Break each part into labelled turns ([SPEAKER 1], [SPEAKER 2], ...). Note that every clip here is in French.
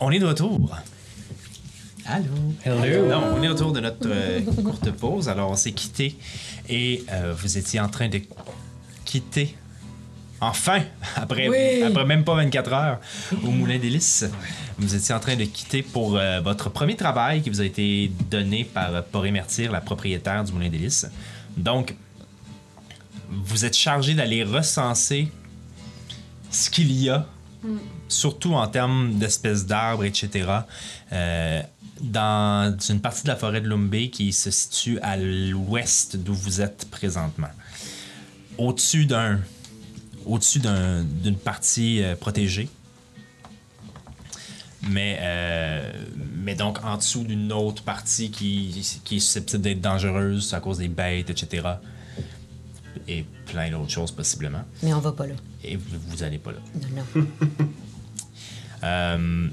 [SPEAKER 1] On est de retour.
[SPEAKER 2] Allô?
[SPEAKER 1] Hello. Non, on est autour de notre euh, courte pause. Alors, on s'est quitté et euh, vous étiez en train de quitter. Enfin, après,
[SPEAKER 2] Oui.
[SPEAKER 1] après même pas 24 heures, au Moulin des Lys, vous étiez en train de quitter pour euh, votre premier travail qui vous a été donné par euh, Poré Mertir, la propriétaire du Moulin des Lys. Donc, vous êtes chargé d'aller recenser ce qu'il y a, surtout en termes d'espèces d'arbres, etc., euh, dans une partie de la forêt de Lumbé qui se situe à l'ouest d'où vous êtes présentement. Au-dessus d'un. Au-dessus d'un- d'une partie euh, protégée. Mais, euh, mais donc en dessous d'une autre partie qui, qui est susceptible d'être dangereuse à cause des bêtes, etc. Et plein d'autres choses possiblement.
[SPEAKER 2] Mais on va pas là.
[SPEAKER 1] Et vous, vous allez pas là.
[SPEAKER 2] Non, non.
[SPEAKER 1] Euh,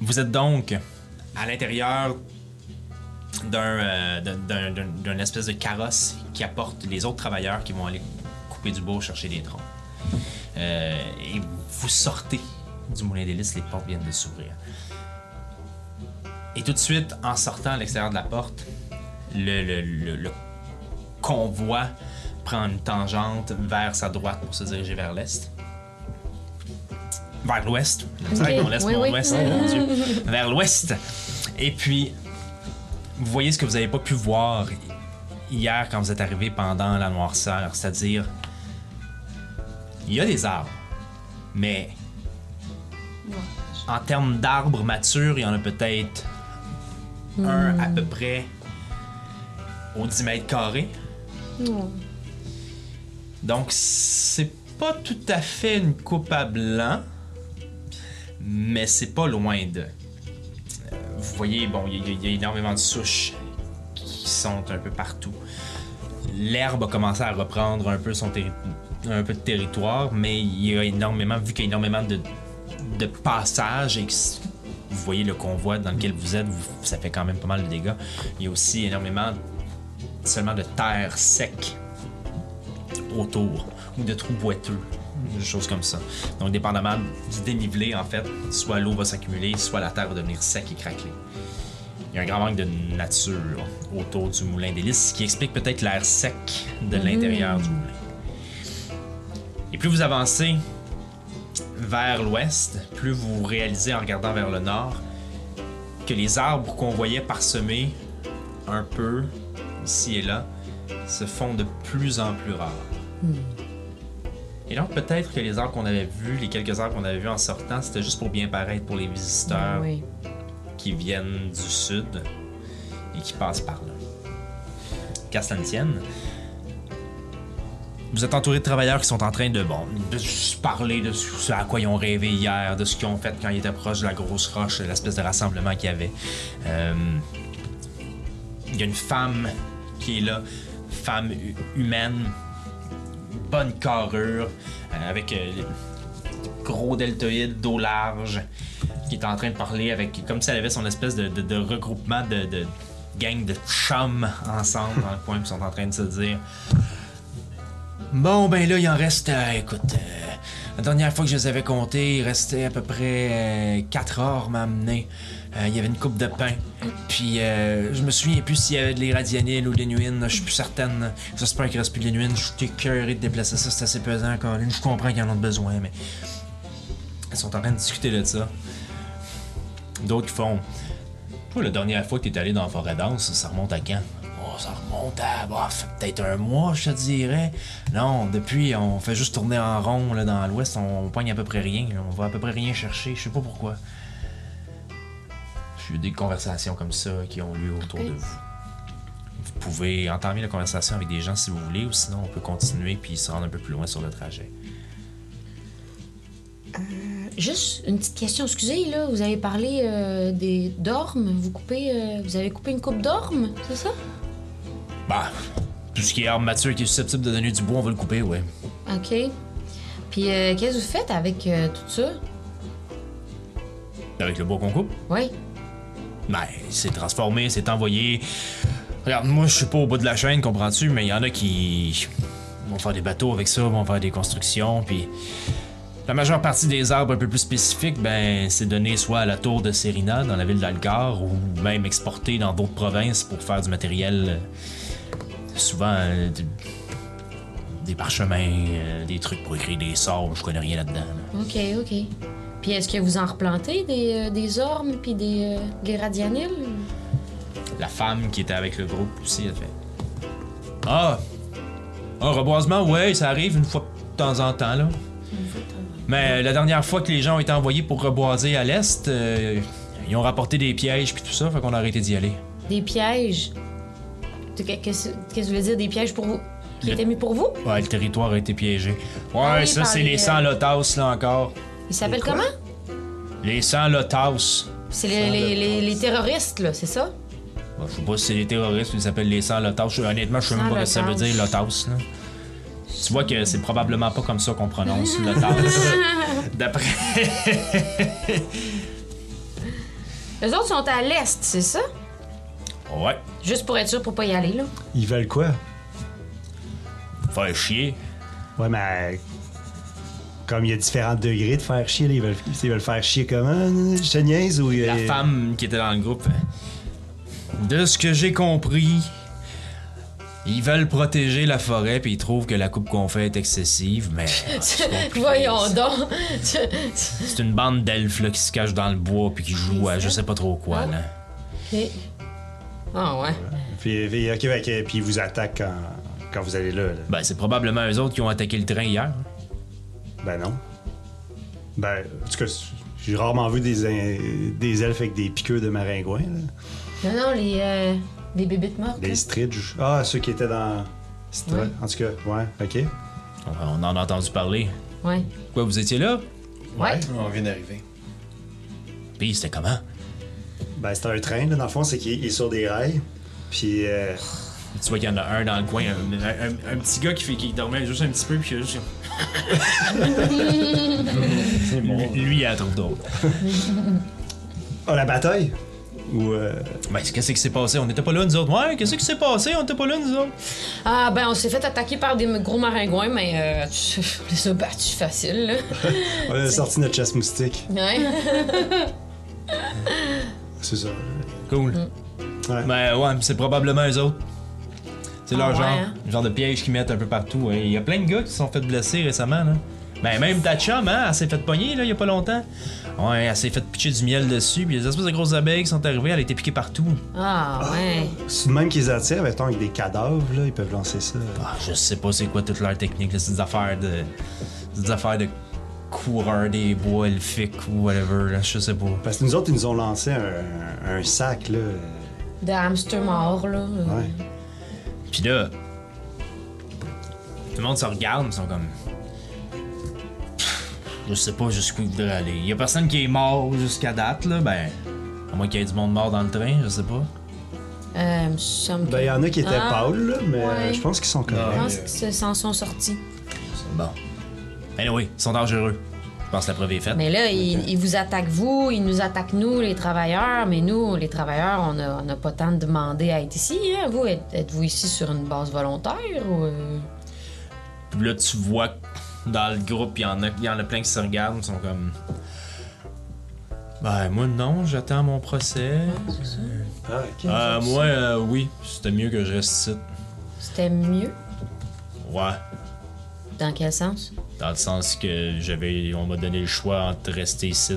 [SPEAKER 1] vous êtes donc à l'intérieur d'un euh, d'un- d'un- d'un- d'un espèce de carrosse qui apporte les autres travailleurs qui vont aller couper du bois chercher des troncs. Euh, et vous sortez du moulin d'hélice, les portes viennent de s'ouvrir. Et tout de suite, en sortant à l'extérieur de la porte, le, le- le- le convoi prend une tangente vers sa droite pour se diriger vers l'est. Vers l'ouest. C'est vrai
[SPEAKER 3] Ok,
[SPEAKER 1] qu'on laisse
[SPEAKER 3] oui,
[SPEAKER 1] mon
[SPEAKER 3] oui.
[SPEAKER 1] ouest, oh mon Dieu. Vers l'ouest. Et puis, vous voyez ce que vous n'avez pas pu voir hier quand vous êtes arrivé pendant la noirceur, c'est-à-dire il y a des arbres, mais en termes d'arbres matures, il y en a peut-être un à peu près aux 10 mètres carrés. Donc, c'est pas tout à fait une coupe à blanc, mais c'est pas loin de. Euh, Vous voyez, bon, il y a- il y, a énormément de souches qui sont un peu partout. L'herbe a commencé à reprendre un peu son terri- un peu de territoire, mais il y a énormément, vu qu'il y a énormément de, de passages et que s- vous voyez le convoi dans lequel vous êtes, vous- ça fait quand même pas mal de dégâts. Il y a aussi énormément seulement de terre sec autour ou de trous boiteux, des choses comme ça. Donc, dépendamment du dénivelé, en fait, soit l'eau va s'accumuler, soit la terre va devenir sec et craquelée. Il y a un grand manque de nature autour du moulin d'hélice, ce qui explique peut-être l'air sec de l'intérieur du moulin. Et plus vous avancez vers l'ouest, plus vous réalisez en regardant vers le nord que les arbres qu'on voyait parsemés un peu ici et là se font de plus en plus rares. Et donc peut-être que les arbres qu'on avait vus, les quelques arbres qu'on avait vus en sortant, c'était juste pour bien paraître pour les visiteurs
[SPEAKER 2] Oui.
[SPEAKER 1] qui viennent du sud et qui passent par là. Qu'à cela ne tienne, vous êtes entouré de travailleurs qui sont en train de, bon, de se parler de ce à quoi ils ont rêvé hier, de ce qu'ils ont fait quand ils étaient proches de la grosse roche, de l'espèce de rassemblement qu'il y avait. Euh, Il y a une femme qui est là, femme hu- humaine, bonne carrure, euh, avec euh, le gros deltoïde, dos large, qui est en train de parler avec, comme si elle avait son espèce de, de- de regroupement de, de gang de chums ensemble dans le coin, qui sont en train de se dire Bon, ben là, il en reste, euh, écoute, euh, la dernière fois que je les avais comptés, il restait à peu près 4 heures à m'amener. Euh, il y avait une coupe de pain. Puis, euh, je me souviens plus s'il y avait de l'iradianil ou de l'énuine. là, Je suis plus certaine. J'espère qu'il reste plus de l'énuine. Je suis écœuré de déplacer ça. C'est assez pesant, Colin. Je comprends qu'ils en ont besoin, mais. Ils sont en train de discuter de ça. D'autres qui font. Toi, la dernière fois que t'es allé dans la forêt dense, ça remonte à quand? Oh, ça remonte à bah, fait peut-être un mois, je te dirais. Non, depuis, on fait juste tourner en rond là, dans l'ouest, on, on pogne à peu près rien. là. On va à peu près rien chercher, je sais pas pourquoi. J'ai eu des conversations comme ça qui ont lieu autour de vous. Vous pouvez entamer la conversation avec des gens si vous voulez, ou sinon on peut continuer puis se rendre un peu plus loin sur le trajet.
[SPEAKER 3] Juste une petite question, excusez, là, vous avez parlé euh, des dormes, vous coupez, euh, vous avez coupé une coupe d'ormes, c'est ça?
[SPEAKER 1] Bah, tout ce qui est arbre mature qui est susceptible de donner du bois, on va le couper, ouais.
[SPEAKER 3] OK. Puis euh, qu'est-ce que vous faites avec euh, tout ça?
[SPEAKER 1] Avec le bois qu'on coupe.
[SPEAKER 3] Oui.
[SPEAKER 1] Ben, c'est transformé, c'est envoyé. Regarde, moi, je suis pas au bout de la chaîne, comprends-tu, mais il y en a qui vont faire des bateaux avec ça, vont faire des constructions, puis La majeure partie des arbres un peu plus spécifiques, ben, c'est donné soit à la tour de Serina dans la ville d'Algar ou même exporté dans d'autres provinces pour faire du matériel. euh, Souvent euh, du- des parchemins, euh, des trucs pour écrire des sorts, je connais rien là-dedans. là.
[SPEAKER 3] OK, OK. Puis est-ce que vous en replantez des, euh, des ormes puis des, euh, des radianiles?
[SPEAKER 1] La femme qui était avec le groupe aussi, elle fait. Ah! Un reboisement, ouais, ça arrive une fois de temps en temps, là. Mais euh, la dernière fois que les gens ont été envoyés pour reboiser à l'est, euh, ils ont rapporté des pièges puis tout ça, fait qu'on a arrêté d'y aller.
[SPEAKER 3] Des pièges? Tu- Qu'est-ce qu'est-ce que vous voulez dire, des pièges pour vous? Qui
[SPEAKER 1] Le-
[SPEAKER 3] étaient mis pour vous?
[SPEAKER 1] Ouais, le territoire a été piégé. Ouais,
[SPEAKER 3] Ah oui,
[SPEAKER 1] ça,
[SPEAKER 3] par
[SPEAKER 1] c'est
[SPEAKER 3] les,
[SPEAKER 1] les
[SPEAKER 3] euh,
[SPEAKER 1] sans-lotas, là encore.
[SPEAKER 3] Ils s'appellent
[SPEAKER 2] quoi?
[SPEAKER 3] comment?
[SPEAKER 1] Les sans-lotas.
[SPEAKER 3] C'est les, les- les- les terroristes, là, c'est ça?
[SPEAKER 1] Bon, je sais pas si c'est les terroristes ou ils s'appellent les sans-lotas. Je- Honnêtement, je sais même pas ce que ça veut
[SPEAKER 3] Sans-lotas.
[SPEAKER 1] dire, lotas, là. Tu vois que c'est probablement pas comme ça qu'on prononce lotas. D'après.
[SPEAKER 3] Les autres sont à l'est, c'est ça?
[SPEAKER 1] Ouais,
[SPEAKER 3] Juste pour être sûr pour pas y aller, là.
[SPEAKER 2] Ils veulent quoi?
[SPEAKER 1] faire chier.
[SPEAKER 2] Ouais, mais. Comme il y a différents degrés de faire chier, là, ils, veulent, ils veulent faire chier comment? Je te niaise ou.
[SPEAKER 1] La
[SPEAKER 2] euh,
[SPEAKER 1] femme qui était dans le groupe. euh, De ce que j'ai compris, ils veulent protéger la forêt puis ils trouvent que la coupe qu'on fait est excessive, mais ah,
[SPEAKER 3] Voyons donc. Tu-
[SPEAKER 1] c'est une bande d'elfes là, qui se cachent dans le bois puis qui jouent à je sais pas trop quoi. Là.
[SPEAKER 3] tu- Ah ouais.
[SPEAKER 2] Puis, puis, ok, ok, puis ils vous attaquent quand, quand vous allez là, là.
[SPEAKER 1] Ben, c'est probablement eux autres qui ont attaqué le train hier. hein.
[SPEAKER 2] Ben non. Ben, en tout cas, j'ai rarement vu des, in- des elfes avec des piqûres de maringouin, là.
[SPEAKER 3] Non, non, les, euh, les bébés mortes.
[SPEAKER 2] Des
[SPEAKER 3] là.
[SPEAKER 2] stridges. Ah, ceux qui étaient dans. Stri-
[SPEAKER 3] Ouais.
[SPEAKER 2] En tout cas, ouais, ok.
[SPEAKER 1] On en a entendu parler.
[SPEAKER 3] Ouais.
[SPEAKER 1] Quoi, vous étiez là?
[SPEAKER 3] Ouais.
[SPEAKER 4] On vient d'arriver.
[SPEAKER 1] Puis c'était comment?
[SPEAKER 2] Ben, c'était un train, là, dans le fond, c'est qu'il est sur des rails. Puis, euh,
[SPEAKER 1] Tu vois qu'il y en a un dans le coin, un, un- un- un petit gars qui, fait, qui dormait juste un petit peu, puis il a juste. lui, lui, il la trouve drôle.
[SPEAKER 2] ah, la bataille? Ou, euh,
[SPEAKER 1] Ben, qu'est-ce qui s'est passé? On n'était pas là, nous autres. Ouais, qu'est-ce qui s'est passé? On n'était pas là, nous autres.
[SPEAKER 3] Ah ben on s'est fait attaquer par des gros maringouins, mais euh, tu- on les a battus facile, là.
[SPEAKER 2] on a sorti notre chasse moustique.
[SPEAKER 3] Ouais.
[SPEAKER 2] C'est ça.
[SPEAKER 1] Cool.
[SPEAKER 3] Mm.
[SPEAKER 2] Ouais.
[SPEAKER 1] Ben, ouais, mais c'est probablement eux autres. C'est
[SPEAKER 3] Ah
[SPEAKER 1] leur
[SPEAKER 3] ouais,
[SPEAKER 1] genre.
[SPEAKER 3] hein?
[SPEAKER 1] Le genre de piège qu'ils mettent un peu partout. hein. Il y a plein de gars qui se sont fait blesser récemment, là. Ben, même ta chum, hein, elle s'est fait pogner, là, il y a pas longtemps. Ouais, elle s'est fait pitcher du miel dessus, puis les espèces de grosses abeilles qui sont arrivées, elle a été piquée partout.
[SPEAKER 3] Ah ouais.
[SPEAKER 2] C'est de même qu'ils attirent, mettons, avec des cadavres, là, ils peuvent lancer ça.
[SPEAKER 1] Ah, je sais pas c'est quoi toute leur technique, là, c'est des affaires de. c'est des affaires de coureurs des bois elfiques ou whatever, là, je sais pas.
[SPEAKER 2] Parce que nous autres, ils nous ont lancé un, un sac, là. euh,
[SPEAKER 3] Des hamsters morts, là.
[SPEAKER 2] Ouais.
[SPEAKER 1] Puis là, tout le monde se regarde, ils sont comme. Pff, Je sais pas jusqu'où ils voudraient aller. Y a personne qui est mort jusqu'à date, là, ben. À moins qu'il y ait du monde mort dans le train, je sais pas.
[SPEAKER 3] Euh, me semble
[SPEAKER 2] Ben, il y en a qui étaient
[SPEAKER 3] Ah,
[SPEAKER 2] pâles, là, mais
[SPEAKER 3] ouais.
[SPEAKER 2] je pense qu'ils sont corrects.
[SPEAKER 3] Je pense qu'ils s'en sont sortis.
[SPEAKER 1] Bon. Anyway, ils sont dangereux. Je pense que la preuve est faite.
[SPEAKER 3] Mais là, ils, ils vous attaquent vous, ils nous attaquent nous, les travailleurs, mais nous, les travailleurs, on n'a on a pas tant de demandé à être ici. Hein? Vous, êtes- êtes-vous ici sur une base volontaire ou... euh?
[SPEAKER 1] Puis là, tu vois que dans le groupe, il y, en a- y en a plein qui se regardent, ils sont comme. Ben, moi, non, j'attends mon procès.
[SPEAKER 2] Ah, ok.
[SPEAKER 1] Euh, moi, euh, oui, c'était mieux que je reste ici.
[SPEAKER 3] C'était mieux?
[SPEAKER 1] Ouais.
[SPEAKER 3] Dans quel sens?
[SPEAKER 1] Dans le sens que j'avais, on m'a donné le choix entre rester ici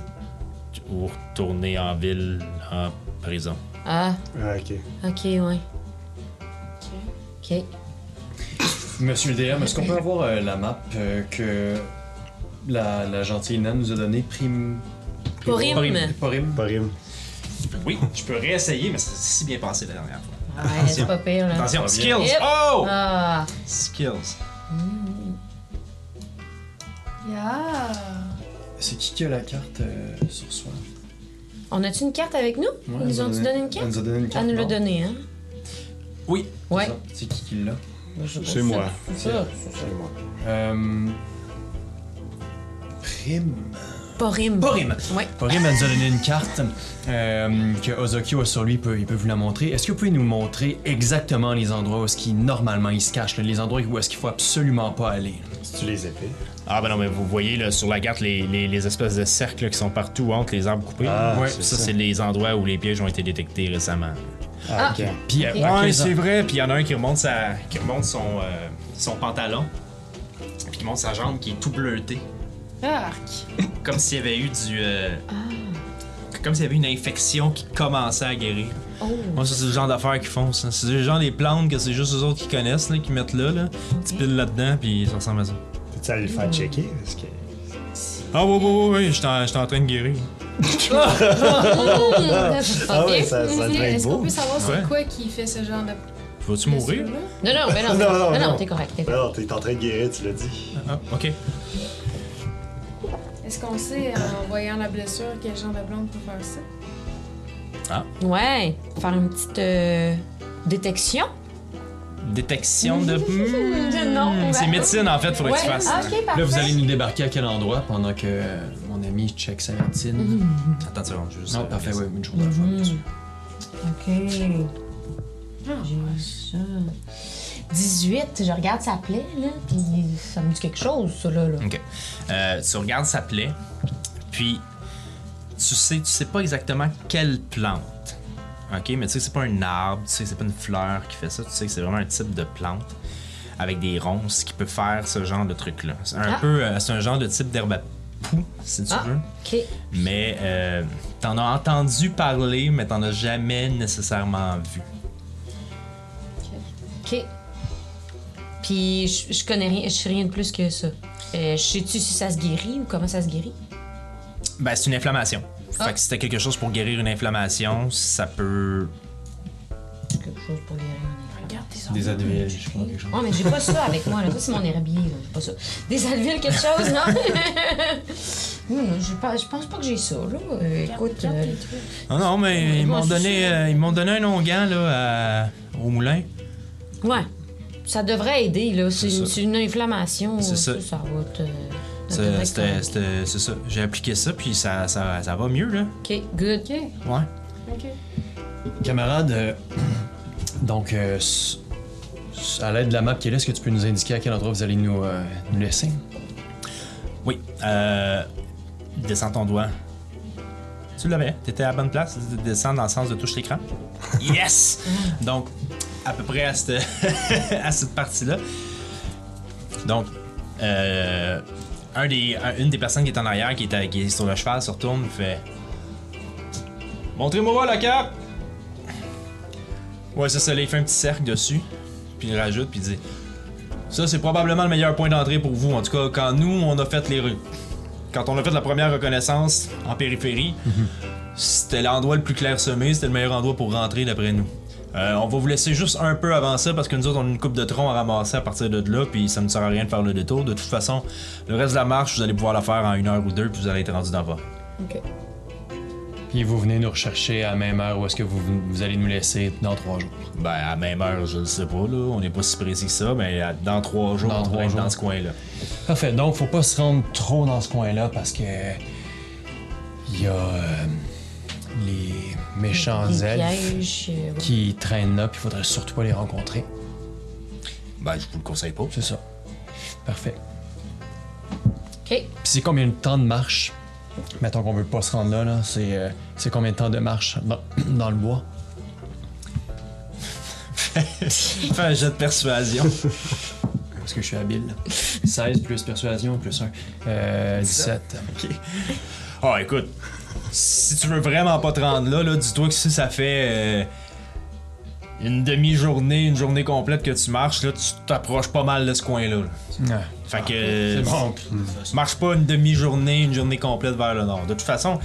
[SPEAKER 1] ou retourner en ville, en prison.
[SPEAKER 3] Ah,
[SPEAKER 2] Ah, ok.
[SPEAKER 3] ok, ouais. Ok.
[SPEAKER 4] Monsieur le DM, est-ce qu'on peut avoir euh, la map euh, que la, la gentille Nan nous a donnée, Prime.
[SPEAKER 3] Porim.
[SPEAKER 1] Porim.
[SPEAKER 4] Porim.
[SPEAKER 2] Pas rime.
[SPEAKER 1] Oui, je peux réessayer, mais ça s'est si bien passé la dernière fois.
[SPEAKER 3] Ouais, c'est pas pire, là.
[SPEAKER 1] Attention,
[SPEAKER 4] Ça va
[SPEAKER 1] skills!
[SPEAKER 4] bien.
[SPEAKER 3] Yep.
[SPEAKER 1] Oh!
[SPEAKER 3] Ah,
[SPEAKER 1] Skills.
[SPEAKER 5] Yeah.
[SPEAKER 4] C'est qui qui a la carte euh, sur soi
[SPEAKER 3] on a-tu une carte avec nous?
[SPEAKER 4] Ouais,
[SPEAKER 3] Ils nous
[SPEAKER 4] elle
[SPEAKER 3] ont-tu
[SPEAKER 4] a
[SPEAKER 3] donné une
[SPEAKER 4] Elle
[SPEAKER 3] carte?
[SPEAKER 4] nous a donné une
[SPEAKER 3] Elle
[SPEAKER 4] carte.
[SPEAKER 3] nous l'a
[SPEAKER 4] non?
[SPEAKER 3] donné, hein?
[SPEAKER 1] Oui.
[SPEAKER 4] C'est
[SPEAKER 3] Ouais.
[SPEAKER 4] ça. C'est qui qui l'a
[SPEAKER 2] C'est moi.
[SPEAKER 3] C'est ça.
[SPEAKER 2] C'est moi.
[SPEAKER 4] Euh, Prime.
[SPEAKER 3] Porim.
[SPEAKER 1] Porim.
[SPEAKER 3] Ouais.
[SPEAKER 4] Porim elle nous a donné une carte euh, que Ozokyo a sur lui, il peut, il peut vous la montrer. Est-ce que vous pouvez nous montrer exactement les endroits où est-ce qu'il, normalement il se cache, là, les endroits où est-ce qu'il faut absolument pas aller?
[SPEAKER 2] Si tu les épées.
[SPEAKER 1] Ah ben non, mais vous voyez là, sur la carte les, les- les espèces de cercles là, qui sont partout entre les arbres coupés.
[SPEAKER 2] Ah,
[SPEAKER 1] Ouais,
[SPEAKER 2] c'est
[SPEAKER 1] ça,
[SPEAKER 2] ça.
[SPEAKER 1] c'est les endroits où les pièges ont été détectés récemment.
[SPEAKER 3] Ah.
[SPEAKER 2] Ah, ok.
[SPEAKER 4] Puis, euh,
[SPEAKER 3] Ok.
[SPEAKER 4] à
[SPEAKER 1] Ouais,
[SPEAKER 4] quels
[SPEAKER 1] c'est vrai. Puis il y en a un qui remonte, sa, qui remonte son, euh, son pantalon, puis qui monte sa jambe qui est tout bleutée.
[SPEAKER 5] Arc.
[SPEAKER 1] Comme s'il y avait eu du. euh, Comme s'il y avait une infection qui commençait à guérir.
[SPEAKER 3] Oh.
[SPEAKER 1] Moi, ça, c'est le genre d'affaires qu'ils font, ça. C'est le genre des plantes que c'est juste eux autres qui connaissent, là, qui mettent là, là. Tu piles là-dedans, puis ça ressemble à ça.
[SPEAKER 2] Peux-tu aller le
[SPEAKER 3] Hmm.
[SPEAKER 2] faire checker? Parce que...
[SPEAKER 1] Ah, ouais, ouais, ouais, ouais, j'étais en, j'étais en train de guérir.
[SPEAKER 3] Oh,
[SPEAKER 2] Ah ouais,
[SPEAKER 3] Ok.
[SPEAKER 2] ça, ça devrait être
[SPEAKER 5] Est-ce qu'on
[SPEAKER 2] beau.
[SPEAKER 5] peut savoir
[SPEAKER 1] Ouais.
[SPEAKER 5] c'est quoi qui fait ce genre de.
[SPEAKER 1] Vas-tu mourir?
[SPEAKER 3] Non, non, mais non,
[SPEAKER 2] Non,
[SPEAKER 3] t'es-
[SPEAKER 2] non,
[SPEAKER 3] non, non,
[SPEAKER 2] non.
[SPEAKER 3] t'es correct. t'es
[SPEAKER 2] Ben
[SPEAKER 3] correct.
[SPEAKER 2] non, t'es en train de guérir, tu l'as dit.
[SPEAKER 1] Ah, ok.
[SPEAKER 5] Est-ce qu'on sait euh, en voyant la blessure quel genre de blonde peut faire ça?
[SPEAKER 3] Ouais, faire une petite euh, détection.
[SPEAKER 1] Détection de.
[SPEAKER 3] De non,
[SPEAKER 1] Hmm,
[SPEAKER 3] ouais.
[SPEAKER 1] C'est médecine, en fait, faudrait que tu
[SPEAKER 3] Ouais.
[SPEAKER 1] fasses.
[SPEAKER 3] Ah, ok,
[SPEAKER 4] Là,
[SPEAKER 3] parfait.
[SPEAKER 4] vous allez nous débarquer à quel endroit pendant que euh, mon ami check sa médecine?
[SPEAKER 3] Mm-hmm.
[SPEAKER 1] Attends, une seconde, je vais juste.
[SPEAKER 4] Non,
[SPEAKER 1] euh,
[SPEAKER 4] parfait,
[SPEAKER 1] regarder
[SPEAKER 4] oui, une chose à la fois. bien sûr.
[SPEAKER 3] Ok. Ah, J'ai eu ça. 18, je regarde sa plaie, là, puis ça me dit quelque chose, ça, là. là.
[SPEAKER 1] Ok. Euh, tu regardes sa plaie, puis tu sais, tu sais pas exactement quelle plante. Ok, mais tu sais, que c'est pas un arbre, tu sais, que c'est pas une fleur qui fait ça, tu sais, que c'est vraiment un type de plante avec des ronces qui peut faire ce genre de truc-là. C'est un
[SPEAKER 3] Ah.
[SPEAKER 1] peu, euh, c'est un genre de type d'herbe à poux, si tu
[SPEAKER 3] Ah.
[SPEAKER 1] veux.
[SPEAKER 3] Ok.
[SPEAKER 1] Mais euh, t'en as entendu parler, mais t'en as jamais nécessairement vu.
[SPEAKER 3] OK. Puis je, je connais rien, je sais rien de plus que ça. Euh, je sais-tu si ça se guérit ou comment ça se guérit?
[SPEAKER 1] Ben, c'est une inflammation.
[SPEAKER 3] Ah.
[SPEAKER 1] Fait que si t'as quelque chose pour guérir une inflammation, ça peut
[SPEAKER 3] Quelque chose pour guérir. Regarde tes
[SPEAKER 4] Des
[SPEAKER 3] oreilles.
[SPEAKER 4] Advil, je crois, quelque chose.
[SPEAKER 3] Oh, mais j'ai pas ça avec moi, là. Ça, c'est mon herbier, là. J'ai pas ça. Des Advil, quelque chose, non? non, non, je, pas- je pense pas que j'ai ça, là. Euh, écoute,
[SPEAKER 5] Regarde
[SPEAKER 3] euh,
[SPEAKER 5] les trucs.
[SPEAKER 1] Ah non, mais ils
[SPEAKER 3] Moi,
[SPEAKER 1] m'ont
[SPEAKER 3] je
[SPEAKER 1] donné,
[SPEAKER 3] suis-
[SPEAKER 1] euh, ils m'ont donné un onguent là, à- au moulin.
[SPEAKER 3] ouais. Ça devrait aider, là. C'est
[SPEAKER 1] C'est
[SPEAKER 3] une,
[SPEAKER 1] ça.
[SPEAKER 3] c'est une inflammation.
[SPEAKER 1] C'est ça.
[SPEAKER 3] Ça, va te. ça
[SPEAKER 1] C'est-
[SPEAKER 3] devrait être
[SPEAKER 1] Euh, c'était- c'était- C'est ça. J'ai appliqué ça, puis ça, ça, ça va mieux, là.
[SPEAKER 3] correct. OK, good.
[SPEAKER 5] Ok,
[SPEAKER 1] Ouais.
[SPEAKER 5] ok.
[SPEAKER 4] Camarade, euh, donc, euh, s- s- à l'aide de la map qui est là, est-ce que tu peux nous indiquer à quel endroit vous allez nous, euh, nous laisser?
[SPEAKER 1] Oui. Euh, descends ton doigt. Tu l'avais. T'étais à la bonne place. Descends dans le sens de touche l'écran. Yes! Donc, à peu près à cette, à cette partie-là. Donc, euh, un des, un- une des personnes qui est en arrière, qui est, à- qui est sur le cheval, se retourne, fait Montrez-moi la carte! Ouais, c'est ça, là, il fait un petit cercle dessus, puis il rajoute, puis il dit Ça, c'est probablement le meilleur point d'entrée pour vous. En tout cas, quand nous, on a fait les rues. Quand on a fait la première reconnaissance en périphérie, c'était l'endroit le plus clairsemé, c'était le meilleur endroit pour rentrer d'après nous. Euh, on va vous laisser juste un peu avant ça parce que nous autres on a une coupe de tronc à ramasser à partir de là, puis ça ne sert à rien de faire le détour. De toute façon, le reste de la marche, vous allez pouvoir la faire en une heure ou deux, puis vous allez être rendu dans bas.
[SPEAKER 4] Puis vous venez nous rechercher à la même heure où est-ce que vous, vous allez nous laisser dans trois jours.
[SPEAKER 1] Ben, à même heure, je ne sais pas, là. On n'est pas si précis que ça, mais à- dans trois jours,
[SPEAKER 4] Dans
[SPEAKER 1] on
[SPEAKER 4] trois
[SPEAKER 1] va être
[SPEAKER 4] jours.
[SPEAKER 1] dans ce coin-là.
[SPEAKER 4] Parfait, donc faut pas se rendre trop dans ce coin-là parce que. Il y a. euh, les méchants
[SPEAKER 3] Des
[SPEAKER 4] elfes
[SPEAKER 3] pièges. euh, ouais.
[SPEAKER 4] qui traînent là, puis il faudrait surtout pas les rencontrer.
[SPEAKER 1] Ben, je vous le conseille pas.
[SPEAKER 4] C'est ça. Parfait.
[SPEAKER 3] OK.
[SPEAKER 4] Puis c'est combien de temps de marche Mettons qu'on veut pas se rendre là, là. C'est, euh, c'est combien de temps de marche dans, dans le bois
[SPEAKER 1] Fais un jet de persuasion.
[SPEAKER 4] Parce que je suis habile. 16 plus persuasion plus euh, 1. 17.
[SPEAKER 1] Ah, écoute, si tu veux vraiment pas te rendre là, là dis-toi que si ça fait euh, une demi-journée, une journée complète que tu marches, là, tu t'approches pas mal de ce coin-là. là.
[SPEAKER 4] Ah,
[SPEAKER 1] Fait que. euh,
[SPEAKER 4] c'est bon.
[SPEAKER 1] Tu marches pas une demi-journée, une journée complète vers le nord. De toute façon,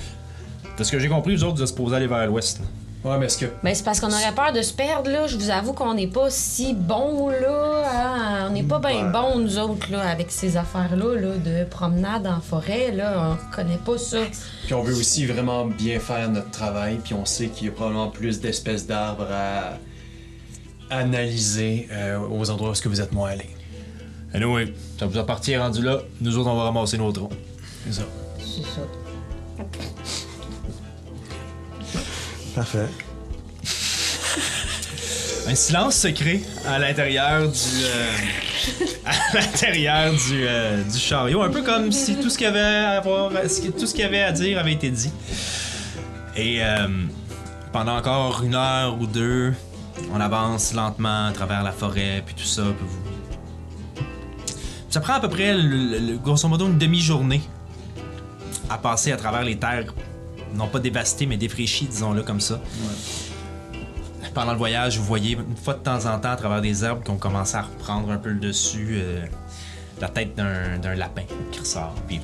[SPEAKER 1] de ce que j'ai compris, vous autres, vous êtes supposés aller vers l'ouest. là.
[SPEAKER 4] Ouais, mais est-ce que.
[SPEAKER 3] Ben, c'est parce qu'on aurait peur de se perdre, là. Je vous avoue qu'on n'est pas si bon, là. hein. On n'est pas bien
[SPEAKER 2] Ouais.
[SPEAKER 3] bon, nous autres, là, avec ces affaires-là, là, de promenade en forêt, là. On connaît pas ça.
[SPEAKER 4] Puis on veut aussi vraiment bien faire notre travail, puis on sait qu'il y a probablement plus d'espèces d'arbres à analyser euh, aux endroits où est-ce que vous êtes moins allé.
[SPEAKER 1] Anyway, ça vous appartient rendu là. Nous autres, on va ramasser nos troncs.
[SPEAKER 4] C'est ça.
[SPEAKER 3] C'est ça.
[SPEAKER 2] Parfait.
[SPEAKER 1] Un silence secret à l'intérieur du. euh, à l'intérieur du, euh, du chariot. Un peu comme si tout ce qu'il y avait à voir- ce qui- tout ce qu'il y avait à dire avait été dit. Et euh, pendant encore une heure ou deux, on avance lentement à travers la forêt, puis tout ça. puis vous- Ça prend à peu près, le- le- grosso modo, une demi-journée à passer à travers les terres, non pas dévastées, mais défraîchies, disons-le comme ça. Pendant le voyage, vous voyez une fois de temps en temps à travers des herbes qu'on commence à reprendre un peu le dessus, euh, la tête d'un d'un lapin qui ressort, puis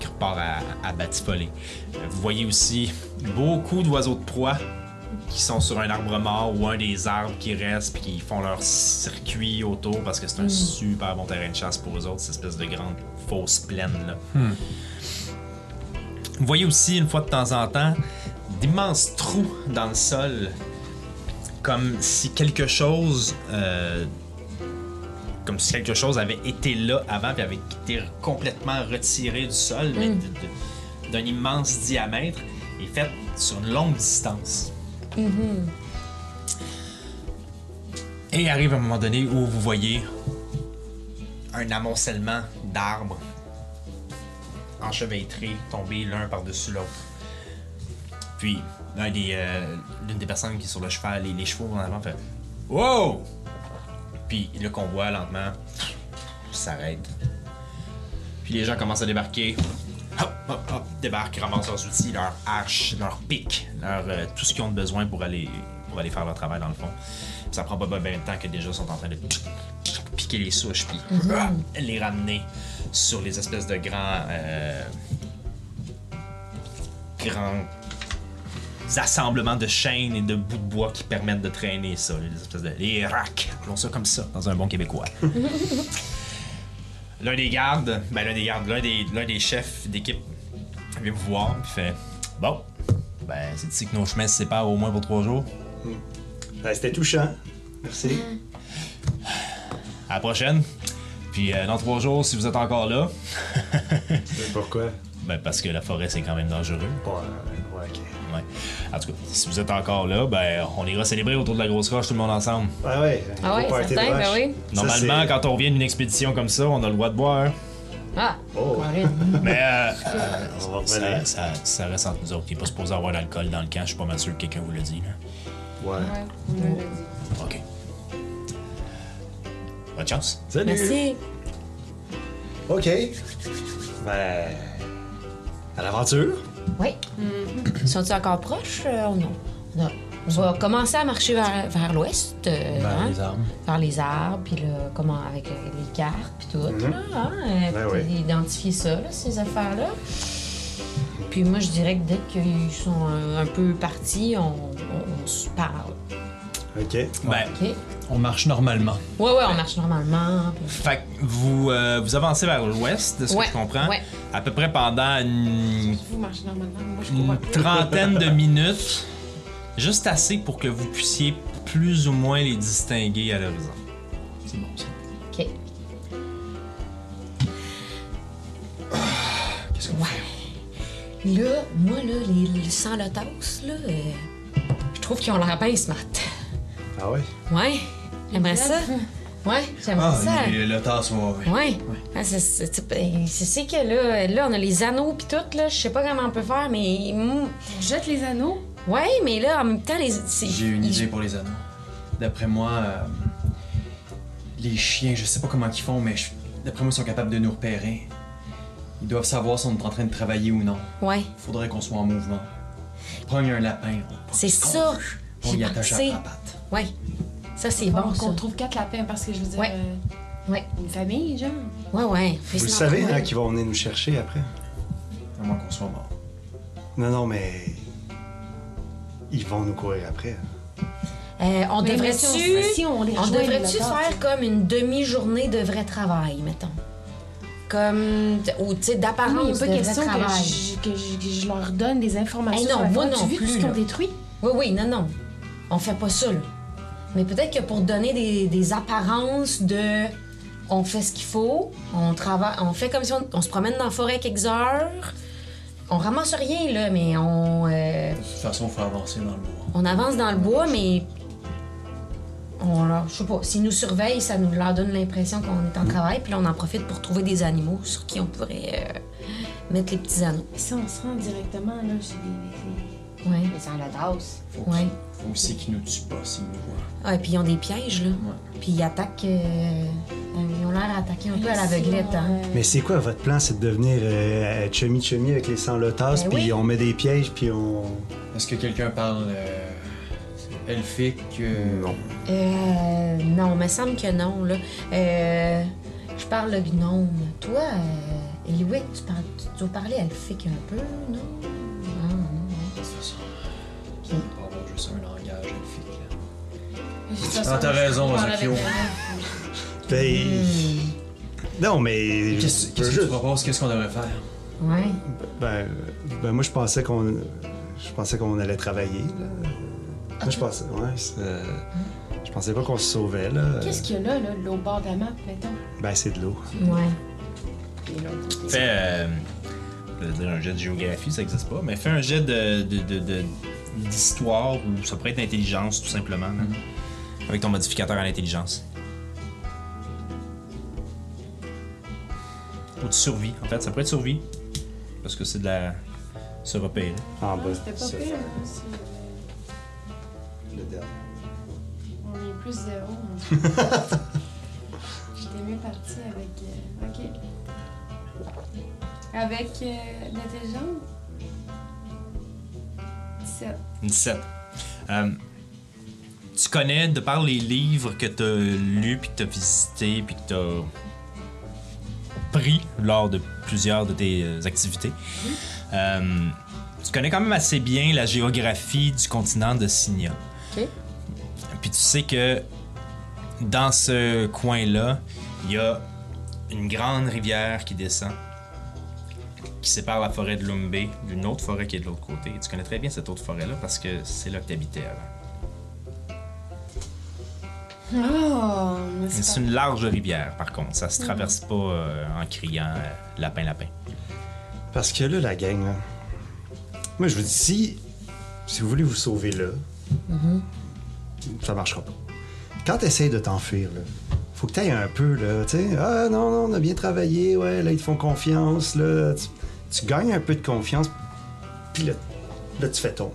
[SPEAKER 1] qui repart à, à batifoler. Euh, Vous voyez aussi beaucoup d'oiseaux de proie qui sont sur un arbre mort ou un des arbres qui restent, puis qui font leur circuit autour parce que c'est un super bon terrain de chasse pour eux autres, cette espèce de grande fausse plaine. Là. Vous voyez aussi, une fois de temps en temps, d'immenses trous dans le sol, comme si quelque chose, euh, comme si quelque chose avait été là avant puis avait été complètement retiré du sol, mais de- de- d'un immense diamètre et fait sur une longue distance. Et arrive un moment donné où vous voyez un amoncellement d'arbres enchevêtrés, tombés l'un par-dessus l'autre. Puis, l'un des, euh, l'une des personnes qui est sur le cheval, les, les chevaux en avant, fait Wow! Puis le convoi, lentement, s'arrête. Puis les gens commencent à débarquer. Hop, hop, hop, débarquent, ramassent leurs outils, leurs haches, leurs pics, leur, euh, tout ce qu'ils ont de besoin pour aller, pour aller faire leur travail, dans le fond. Puis ça prend pas bien de temps que déjà sont en train de piquer les souches, puis ah, les ramener sur les espèces de grands. euh, grands assemblements de chaînes et de bouts de bois qui permettent de traîner ça. Les espèces de. Les racks, appelons ça comme ça, dans un bon québécois. l'un des gardes, ben l'un des gardes, l'un des, l'un des chefs d'équipe vient vous voir, puis fait Bon, ben c'est ici que nos chemins se séparent au moins pour trois jours.
[SPEAKER 2] Ben, C'était touchant. Merci.
[SPEAKER 3] Ah.
[SPEAKER 1] À la prochaine. Puis euh, dans trois jours, si vous êtes encore là,
[SPEAKER 2] Pourquoi?
[SPEAKER 1] ben parce que la forêt c'est quand même dangereux.
[SPEAKER 2] Bon, euh, ouais, ok.
[SPEAKER 1] Ouais. En tout cas, si vous êtes encore là, ben on ira célébrer autour de la grosse roche tout le monde ensemble.
[SPEAKER 2] Ah ouais. un
[SPEAKER 3] Ah
[SPEAKER 2] gros
[SPEAKER 3] ouais,
[SPEAKER 2] party de
[SPEAKER 3] certain, ben
[SPEAKER 2] vache.
[SPEAKER 3] oui.
[SPEAKER 2] Ça,
[SPEAKER 1] Normalement,
[SPEAKER 2] c'est-
[SPEAKER 1] quand on revient d'une expédition comme ça, on a le droit de boire.
[SPEAKER 3] Ah,
[SPEAKER 2] Oh.
[SPEAKER 3] Corinne.
[SPEAKER 1] Mais euh,
[SPEAKER 2] On va
[SPEAKER 1] ça,
[SPEAKER 2] revenir.
[SPEAKER 1] ça, ça reste entre nous autres. Il n'est pas supposé avoir d'alcool dans le camp. Je suis pas mal sûr que quelqu'un vous l'a dit. Là.
[SPEAKER 2] Ouais.
[SPEAKER 5] Ouais, on me l'a dit.
[SPEAKER 1] OK. Bonne chance.
[SPEAKER 2] Salut.
[SPEAKER 3] Merci.
[SPEAKER 2] OK. Ben. À l'aventure.
[SPEAKER 3] Oui. Sont-ils encore proches euh, ou non? Non. On va commencer à marcher vers, vers l'ouest. euh,
[SPEAKER 2] Ben
[SPEAKER 4] Vers
[SPEAKER 3] hein? Vers
[SPEAKER 4] Ben, les arbres.
[SPEAKER 3] les arbres, puis là, comment, avec euh, les cartes, puis tout. là, hein, euh,
[SPEAKER 2] Mm-hmm. Ben
[SPEAKER 3] puis
[SPEAKER 2] oui.
[SPEAKER 3] Identifier ça, là, ces affaires-là. Puis moi, je dirais que dès qu'ils sont euh, un, peu partis, on, on- on se parle.
[SPEAKER 2] OK.
[SPEAKER 1] Ben,
[SPEAKER 3] OK?
[SPEAKER 4] On marche normalement.
[SPEAKER 3] Ouais, ouais, on marche normalement. puis-
[SPEAKER 1] Fait que vous, euh, vous avancez vers l'ouest, de ce
[SPEAKER 3] Ouais,
[SPEAKER 1] que je comprends.
[SPEAKER 3] ouais.
[SPEAKER 1] À peu près pendant une,
[SPEAKER 5] Vous marchez normalement, moi je
[SPEAKER 1] une
[SPEAKER 5] comprends pas.
[SPEAKER 1] trentaine de minutes. Juste assez pour que vous puissiez plus ou moins les distinguer à l'horizon. C'est bon, ça.
[SPEAKER 3] OK.
[SPEAKER 1] Qu'est-ce qu'on
[SPEAKER 3] Ouais. Là, moi, là, les, les sans lotos, là, euh, je trouve qu'ils ont l'air bien smart.
[SPEAKER 2] Ah ouais.
[SPEAKER 3] Ouais, j'aimerais ça. Ouais, j'aimerais Ah,
[SPEAKER 4] Ah,
[SPEAKER 3] ça.
[SPEAKER 4] le tasse,
[SPEAKER 3] Ouais. Ah, c'est- c'est c'est- ben, c'est- c'est que là, là, on a les anneaux pis tout, là. Je sais pas comment on peut faire, mais. mm,
[SPEAKER 5] On jette les anneaux.
[SPEAKER 3] Ouais, mais là, en même temps, les. c'est-
[SPEAKER 4] J'ai une
[SPEAKER 3] ils-
[SPEAKER 4] idée pour les anneaux. D'après moi, euh, les chiens, je sais pas comment ils font, mais je- d'après moi, ils sont capables de nous repérer. Ils doivent savoir si on est en train de travailler ou non.
[SPEAKER 3] Ouais,
[SPEAKER 4] Faudrait qu'on soit en mouvement. Pogne un lapin. on-
[SPEAKER 3] c'est ça.
[SPEAKER 4] On
[SPEAKER 3] J'ai
[SPEAKER 4] y attache à
[SPEAKER 3] pensé.
[SPEAKER 4] la patte.
[SPEAKER 3] Ouais. Ça, c'est bon,
[SPEAKER 5] Bon,
[SPEAKER 3] ça.
[SPEAKER 5] qu'on trouve quatre lapins parce que je veux dire.
[SPEAKER 3] Ouais.
[SPEAKER 5] euh,
[SPEAKER 3] Ouais.
[SPEAKER 5] Une famille, genre.
[SPEAKER 3] Ouais, ouais.
[SPEAKER 2] Vous le savez, hein, qu'ils vont venir nous chercher après.
[SPEAKER 4] À moins qu'on soit mort.
[SPEAKER 2] Non, non, mais. Ils vont nous courir après.
[SPEAKER 3] Euh, on
[SPEAKER 5] Mais- mais
[SPEAKER 3] devrait-tu.
[SPEAKER 5] si on- Ben, si on les
[SPEAKER 3] On
[SPEAKER 5] rejoint,
[SPEAKER 3] devrait-tu
[SPEAKER 5] les lapins,
[SPEAKER 3] faire comme une demi-journée de vrai travail, mettons? Comme. Ou, tu sais,
[SPEAKER 5] Ah non, il
[SPEAKER 3] d'apparence
[SPEAKER 5] n'y a
[SPEAKER 3] de
[SPEAKER 5] pas
[SPEAKER 3] vrai
[SPEAKER 5] question que
[SPEAKER 3] travail.
[SPEAKER 5] je, que, je, que je leur donne des informations.
[SPEAKER 3] Eh non,
[SPEAKER 5] sur la
[SPEAKER 3] moi
[SPEAKER 5] forêt.
[SPEAKER 3] non
[SPEAKER 5] Tu as vu tout
[SPEAKER 3] plus,
[SPEAKER 5] ce qu'on
[SPEAKER 3] là.
[SPEAKER 5] détruit?
[SPEAKER 3] Oui, oui, non, non. On fait pas ça, là. Mais peut-être que pour donner des, des apparences de. On fait ce qu'il faut, on travaille, on fait comme si on, on se promène dans la forêt quelques heures, on ramasse rien, là, mais on, euh,
[SPEAKER 4] De toute façon, faut avancer dans le bois.
[SPEAKER 3] on avance dans le bois, mais. On leur, je sais pas, s'ils nous surveillent, ça nous leur donne l'impression qu'on est en travail, puis là, on en profite pour trouver des animaux sur qui on pourrait euh, mettre les petits anneaux.
[SPEAKER 5] Si on se rend directement là chez les-
[SPEAKER 3] Ouais.
[SPEAKER 6] Les enladaus.
[SPEAKER 4] Faut
[SPEAKER 3] Ouais.
[SPEAKER 4] qu'il- faut aussi qu'ils nous tuent pas s'ils nous voient.
[SPEAKER 3] Ah, et puis ils ont des pièges, là.
[SPEAKER 4] Ouais.
[SPEAKER 3] Puis ils attaquent. euh, euh, ils ont l'air d'attaquer un peu à
[SPEAKER 5] les-
[SPEAKER 3] l'aveuglette, hein.
[SPEAKER 5] Euh,
[SPEAKER 2] Mais c'est quoi votre plan? C'est de devenir euh, chummy-chummy avec les sans-lotas,
[SPEAKER 3] Ben
[SPEAKER 2] puis
[SPEAKER 3] oui.
[SPEAKER 2] on met des pièges, puis on.
[SPEAKER 4] Est-ce que quelqu'un parle euh, elfique euh,
[SPEAKER 2] Non.
[SPEAKER 3] Euh, non, me semble que non, là. Euh, je parle le gnome. Toi, euh, Eliwick, tu, parles, tu dois parler elfique un peu, non? Ah, Non, non,
[SPEAKER 4] De toute façon,
[SPEAKER 3] Ok.
[SPEAKER 4] on va avoir juste un langage elfique. là.
[SPEAKER 5] de toute façon,
[SPEAKER 4] Ah, t'as raison,
[SPEAKER 5] on parle avec
[SPEAKER 4] Ozokyo.
[SPEAKER 2] Euh,
[SPEAKER 5] elle.
[SPEAKER 2] Ben,
[SPEAKER 3] Hmm.
[SPEAKER 2] Non, mais.
[SPEAKER 4] Qu'est-ce
[SPEAKER 2] je-
[SPEAKER 4] qu'est-ce que
[SPEAKER 2] je-
[SPEAKER 4] tu proposes Qu'est-ce qu'on devrait faire
[SPEAKER 3] non. Ouais.
[SPEAKER 2] ben, ben, moi, je pensais qu'on. Je pensais qu'on allait travailler, là. Moi, je pensais. Ouais, c'est, euh, Je pensais pas qu'on se sauvait, là.
[SPEAKER 5] Qu'est-ce qu'il y a là, là, de l'autre bord de la map, mettons?
[SPEAKER 2] Ben, c'est de l'eau.
[SPEAKER 3] Ouais.
[SPEAKER 1] Fais. euh, je vais dire un jet de géographie, ça n'existe pas, mais fais un jet de, de- de- de- d'histoire ou ça pourrait être intelligence, tout simplement. là. Avec ton modificateur à l'intelligence. Ou de survie. En fait, ça pourrait être survie. Parce que c'est de la. se repérer.
[SPEAKER 2] En
[SPEAKER 5] Ah,
[SPEAKER 2] bas.
[SPEAKER 5] C'était pas
[SPEAKER 2] ben, Ça
[SPEAKER 5] pire.
[SPEAKER 2] fait
[SPEAKER 5] hein, c'est-
[SPEAKER 2] le dernier.
[SPEAKER 5] On est plus zéro. hein. J'étais mieux partie avec. euh, ok. Avec euh, l'intelligence? 17.
[SPEAKER 1] 17. Euh, tu connais, de par les livres que tu as lus, puis que tu as visités, puis que tu as pris lors de plusieurs de tes euh, activités, euh, tu connais quand même assez bien la géographie du continent de Signa.
[SPEAKER 3] OK.
[SPEAKER 1] Puis tu sais que dans ce coin-là, il y a une grande rivière qui descend, qui sépare la forêt de Lumbé d'une autre forêt qui est de l'autre côté. Et tu connais très bien cette autre forêt-là parce que c'est là que tu habitais avant.
[SPEAKER 5] Oh, mais
[SPEAKER 1] C'est Mhm.
[SPEAKER 5] c'est
[SPEAKER 1] une large rivière, par contre. Ça se traverse pas euh, en criant euh, lapin, lapin.
[SPEAKER 2] Parce que là, la gang, là, moi je vous dis, si, si vous voulez vous sauver là,
[SPEAKER 3] Mm-hmm.
[SPEAKER 2] ça marchera pas. Quand t'essayes de t'enfuir, là, faut que t'ailles un peu, là, tu sais, ah non, non, on a bien travaillé, ouais, là, ils te font confiance, là, tu, tu gagnes un peu de confiance, puis là, là, tu fais tomber.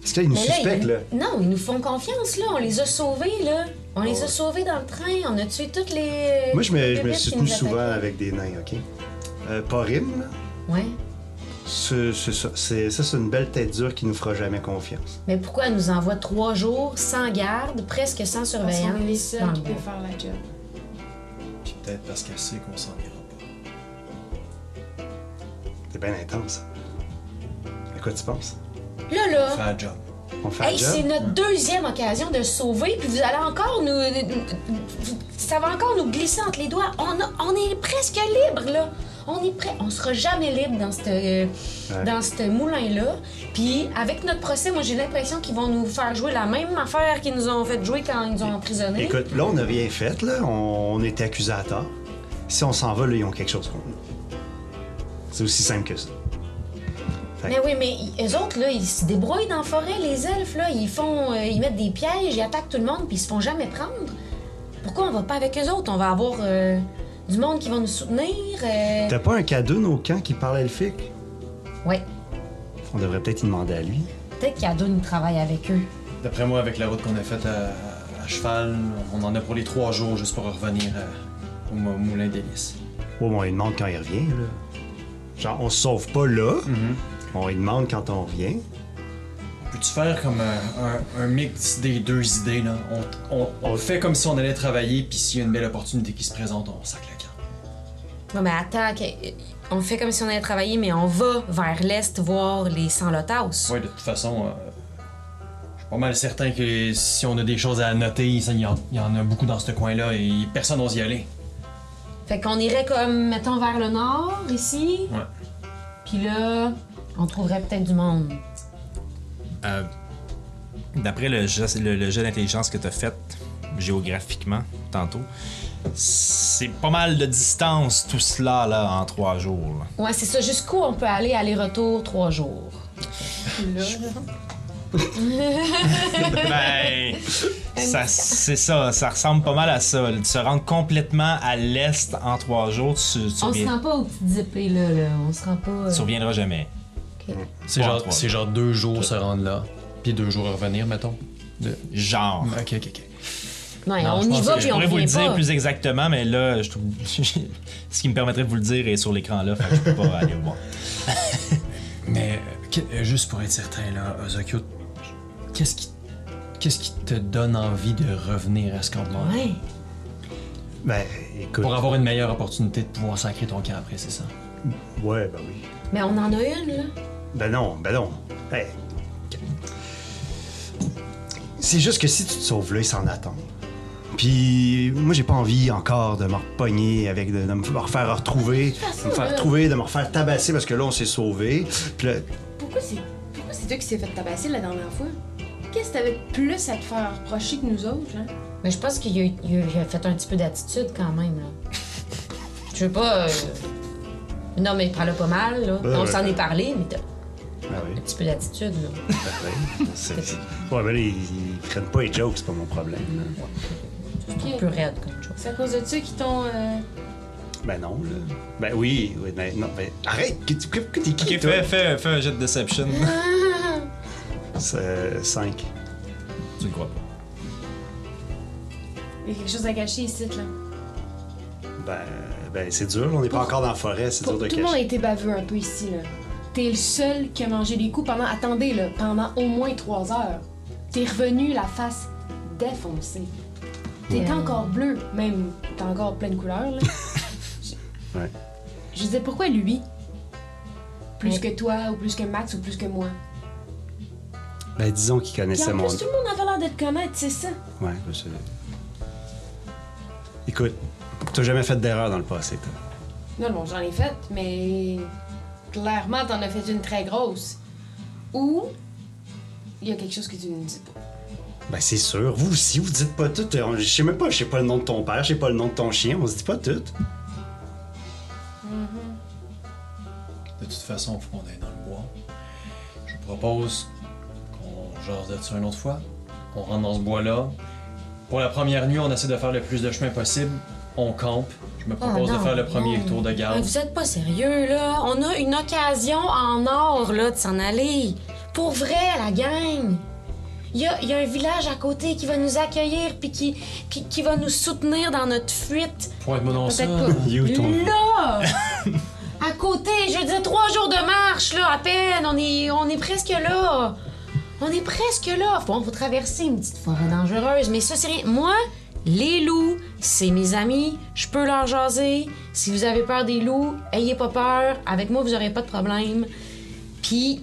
[SPEAKER 2] Parce que là, ils nous
[SPEAKER 3] Mais là,
[SPEAKER 2] suspectent,
[SPEAKER 3] ils-
[SPEAKER 2] là.
[SPEAKER 3] Non, ils nous font confiance, là. On les a sauvés, là. On les
[SPEAKER 2] Ouais.
[SPEAKER 3] a sauvés dans le train. On a tué toutes les.
[SPEAKER 2] Moi, je me,
[SPEAKER 3] les
[SPEAKER 2] je me
[SPEAKER 3] bébêtes
[SPEAKER 2] suis
[SPEAKER 3] qui
[SPEAKER 2] tenu
[SPEAKER 3] nous
[SPEAKER 2] souvent
[SPEAKER 3] attaquaient.
[SPEAKER 2] avec des nains, OK? Euh, Porim, là,
[SPEAKER 3] Ouais.
[SPEAKER 2] c'est- c'est ça, c'est ça, c'est une belle tête dure qui nous fera jamais confiance.
[SPEAKER 3] Mais pourquoi elle nous envoie trois jours sans garde, presque sans
[SPEAKER 5] pas. Parce qu'on est les
[SPEAKER 3] surveillance?
[SPEAKER 5] seuls
[SPEAKER 3] dans le
[SPEAKER 5] qui peuvent
[SPEAKER 3] bois?
[SPEAKER 5] faire la job.
[SPEAKER 4] Puis peut-être parce qu'elle sait qu'on s'en ira pas.
[SPEAKER 2] C'est bien intense. À quoi tu penses?
[SPEAKER 3] Là, là.
[SPEAKER 4] Faire la job.
[SPEAKER 2] On fait
[SPEAKER 3] Hey,
[SPEAKER 2] le job?
[SPEAKER 3] c'est notre deuxième occasion de se sauver, puis vous allez encore nous. vous- Ça va encore nous glisser entre les doigts. On, a- on est presque libre, là. On est prêt. On sera jamais libre dans ce dans ce moulin-là. Puis, avec notre procès, moi, j'ai l'impression qu'ils vont nous faire jouer la même affaire qu'ils nous ont fait jouer quand ils nous ont emprisonnés.
[SPEAKER 2] Écoute, là, on n'a rien fait, là. On, on était accusés à tort. Si on s'en va, là, ils ont quelque chose contre nous. C'est aussi simple que ça.
[SPEAKER 3] Mais oui, mais i- eux autres, là, ils se débrouillent dans la forêt, les elfes, là. Ils font. euh, ils mettent des pièges, ils attaquent tout le monde, puis ils se font jamais prendre. Pourquoi on va pas avec eux autres? On va avoir euh, du monde qui va nous soutenir. euh,
[SPEAKER 2] T'as pas un cadeau nos camps qui parle elfique?
[SPEAKER 3] Ouais.
[SPEAKER 2] On devrait peut-être y demander à lui.
[SPEAKER 3] Peut-être qu'Ado nous travaille avec eux.
[SPEAKER 4] D'après moi, avec la route qu'on a faite à, à cheval, on en a pour les trois jours juste pour revenir à- au mou- moulin d'hélice.
[SPEAKER 2] Ouais, mais on lui demande quand il revient, là. Genre, on se sauve pas là.
[SPEAKER 4] Mm-hmm.
[SPEAKER 2] On lui demande quand on revient.
[SPEAKER 4] Peux-tu faire comme un, un- un mix des deux idées là on, on- on fait comme si on allait travailler, puis s'il y a une belle opportunité qui se présente, on sac la carte.
[SPEAKER 3] Non, mais attends, que- on fait comme si on allait travailler, mais on va vers l'est voir les sans lotas.
[SPEAKER 4] Oui, de toute façon, euh, je suis pas mal certain que si on a des choses à noter, ça, il y, en- il y en a beaucoup dans ce coin-là et personne n'ose y aller.
[SPEAKER 3] Fait qu'on irait comme, mettons, vers le nord, ici.
[SPEAKER 4] Ouais.
[SPEAKER 3] Puis là, on trouverait peut-être du monde.
[SPEAKER 1] Euh, D'après le, jet- le- le jet d'intelligence que tu as fait géographiquement tantôt, C'est pas mal de distance tout cela là en trois jours. là.
[SPEAKER 3] Ouais, c'est ça. Jusqu'où on peut aller aller-retour trois jours?
[SPEAKER 5] Là,
[SPEAKER 1] ben, ça- c'est ça, ça ressemble pas mal à ça. Tu te rends complètement à l'est en trois jours, tu, tu
[SPEAKER 3] on se
[SPEAKER 1] reviens-
[SPEAKER 3] rend pas aux petites épées, là. là. On se rend pas. euh,
[SPEAKER 1] tu reviendras jamais.
[SPEAKER 4] C'est
[SPEAKER 1] Ouais,
[SPEAKER 4] genre,
[SPEAKER 1] trois.
[SPEAKER 4] c'est genre deux jours se rendre là, puis deux jours à revenir, mettons. De-
[SPEAKER 1] Genre.
[SPEAKER 4] Ok, ok, ok.
[SPEAKER 3] Ouais,
[SPEAKER 4] Non, je
[SPEAKER 3] on y
[SPEAKER 4] pense
[SPEAKER 3] va
[SPEAKER 4] que
[SPEAKER 1] Je
[SPEAKER 3] puis on
[SPEAKER 1] pourrais vous le
[SPEAKER 3] revient
[SPEAKER 1] dire
[SPEAKER 3] pas.
[SPEAKER 1] plus exactement, mais là, je trouve... ce qui me permettrait de vous le dire est sur l'écran là, fait que je peux pas aller voir.
[SPEAKER 4] Mais euh, que- euh, juste pour être certain, là, Ozokyo, qu'est-ce qui, qu'est-ce qui te donne envie de revenir à ce campement
[SPEAKER 3] Ouais.
[SPEAKER 2] Ben, écoute.
[SPEAKER 4] Pour avoir une meilleure opportunité de pouvoir sacrer ton camp après, c'est ça?
[SPEAKER 2] Ouais, ben oui.
[SPEAKER 3] Mais on en a une, là.
[SPEAKER 2] Ben non, ben non. Hey. C'est juste que si tu te sauves là, ils s'en attendent. Puis moi, j'ai pas envie encore de me repogner, avec, de, de me refaire retrouver, de me faire retrouver, de me refaire tabasser parce que là, on s'est sauvé. Puis là,
[SPEAKER 5] Pourquoi c'est pourquoi c'est toi qui s'est fait tabasser la dernière fois? Qu'est-ce que t'avais de plus à te faire reprocher que nous autres, hein?
[SPEAKER 3] Mais je pense qu'il a, il a- il a fait un petit peu d'attitude quand même, là. Je veux pas. euh, Non, mais prends-le pas mal, là.
[SPEAKER 2] Ben,
[SPEAKER 3] on
[SPEAKER 2] ouais.
[SPEAKER 3] s'en est parlé, mais t'as un
[SPEAKER 2] ben oui,
[SPEAKER 3] petit peu d'attitude, là.
[SPEAKER 2] ben oui. c'est- c'est- Ouais, mais là, ils, ils prennent pas les jokes, c'est pas mon problème. là.
[SPEAKER 3] Un peu raide, comme chose.
[SPEAKER 5] C'est à cause de ça qu'ils t'ont. euh,
[SPEAKER 2] Ben non, là. Ben oui, oui, ben non, ben arrête, que tu- que- que t'es qui,
[SPEAKER 1] Ok,
[SPEAKER 2] toi?
[SPEAKER 1] fais, fais, fais un jet de deception.
[SPEAKER 2] C'est euh, 5.
[SPEAKER 1] tu le crois pas.
[SPEAKER 5] Il y a quelque chose à cacher ici, là.
[SPEAKER 2] Ben, ben c'est dur, on n'est pas encore dans la forêt, c'est dur
[SPEAKER 5] Pour-
[SPEAKER 2] de
[SPEAKER 5] tout le monde a
[SPEAKER 2] cacher.
[SPEAKER 5] été baveux un peu ici, là. T'es le seul qui a mangé des coups pendant. Attendez, là, pendant au moins trois heures. T'es revenu la face défoncée. T'es
[SPEAKER 3] Ouais.
[SPEAKER 5] encore bleu, même. T'es encore pleine couleur, là. Je-
[SPEAKER 2] Ouais.
[SPEAKER 5] Je disais, pourquoi lui Plus
[SPEAKER 3] Ouais.
[SPEAKER 5] que toi, ou plus que Max, ou plus que moi.
[SPEAKER 2] Ben disons qu'ils
[SPEAKER 5] Puis
[SPEAKER 2] connaissaient
[SPEAKER 5] en
[SPEAKER 2] mon
[SPEAKER 5] plus, tout le monde avait l'air de te connaître, c'est ça.
[SPEAKER 2] Ouais, ben, c'est... Écoute, t'as jamais fait d'erreur dans le passé, toi.
[SPEAKER 5] Non, non, j'en ai fait, mais clairement, t'en as fait une très grosse. Ou il y a quelque chose que tu ne dis pas.
[SPEAKER 2] Ben c'est sûr, vous aussi, vous dites pas tout. euh, Je sais même pas, je sais pas le nom de ton père, je sais pas le nom de ton chien, on se dit pas tout.
[SPEAKER 6] De toute façon, faut qu'on aille dans le bois. Je vous propose qu'on jase de ça une autre fois.
[SPEAKER 4] On rentre dans ce bois-là. Pour la première nuit, on essaie de faire le plus de chemin possible. On campe. Je me propose
[SPEAKER 3] Ah,
[SPEAKER 4] de
[SPEAKER 3] non,
[SPEAKER 4] faire le premier
[SPEAKER 3] non.
[SPEAKER 4] tour de
[SPEAKER 3] Ah,
[SPEAKER 4] garde.
[SPEAKER 3] Vous êtes pas sérieux, là. On a une occasion en or, là, de s'en aller. Pour vrai, la gang. Il y a, il y a un village à côté qui va nous accueillir puis qui, qui, qui va nous soutenir dans notre fuite.
[SPEAKER 4] Pointe-moi dans
[SPEAKER 3] Ah.
[SPEAKER 4] ça.
[SPEAKER 5] Peut-être pas.
[SPEAKER 2] You, ton...
[SPEAKER 3] Là! à côté, je veux dire, trois jours de marche, là, à peine. On est, on est presque là. On est presque là. Bon, faut traverser une petite forêt dangereuse, mais ça, c'est rien. Moi, les loups, c'est mes amis. Je peux leur jaser. Si vous avez peur des loups, ayez pas peur. Avec moi, vous aurez pas de problème. Puis,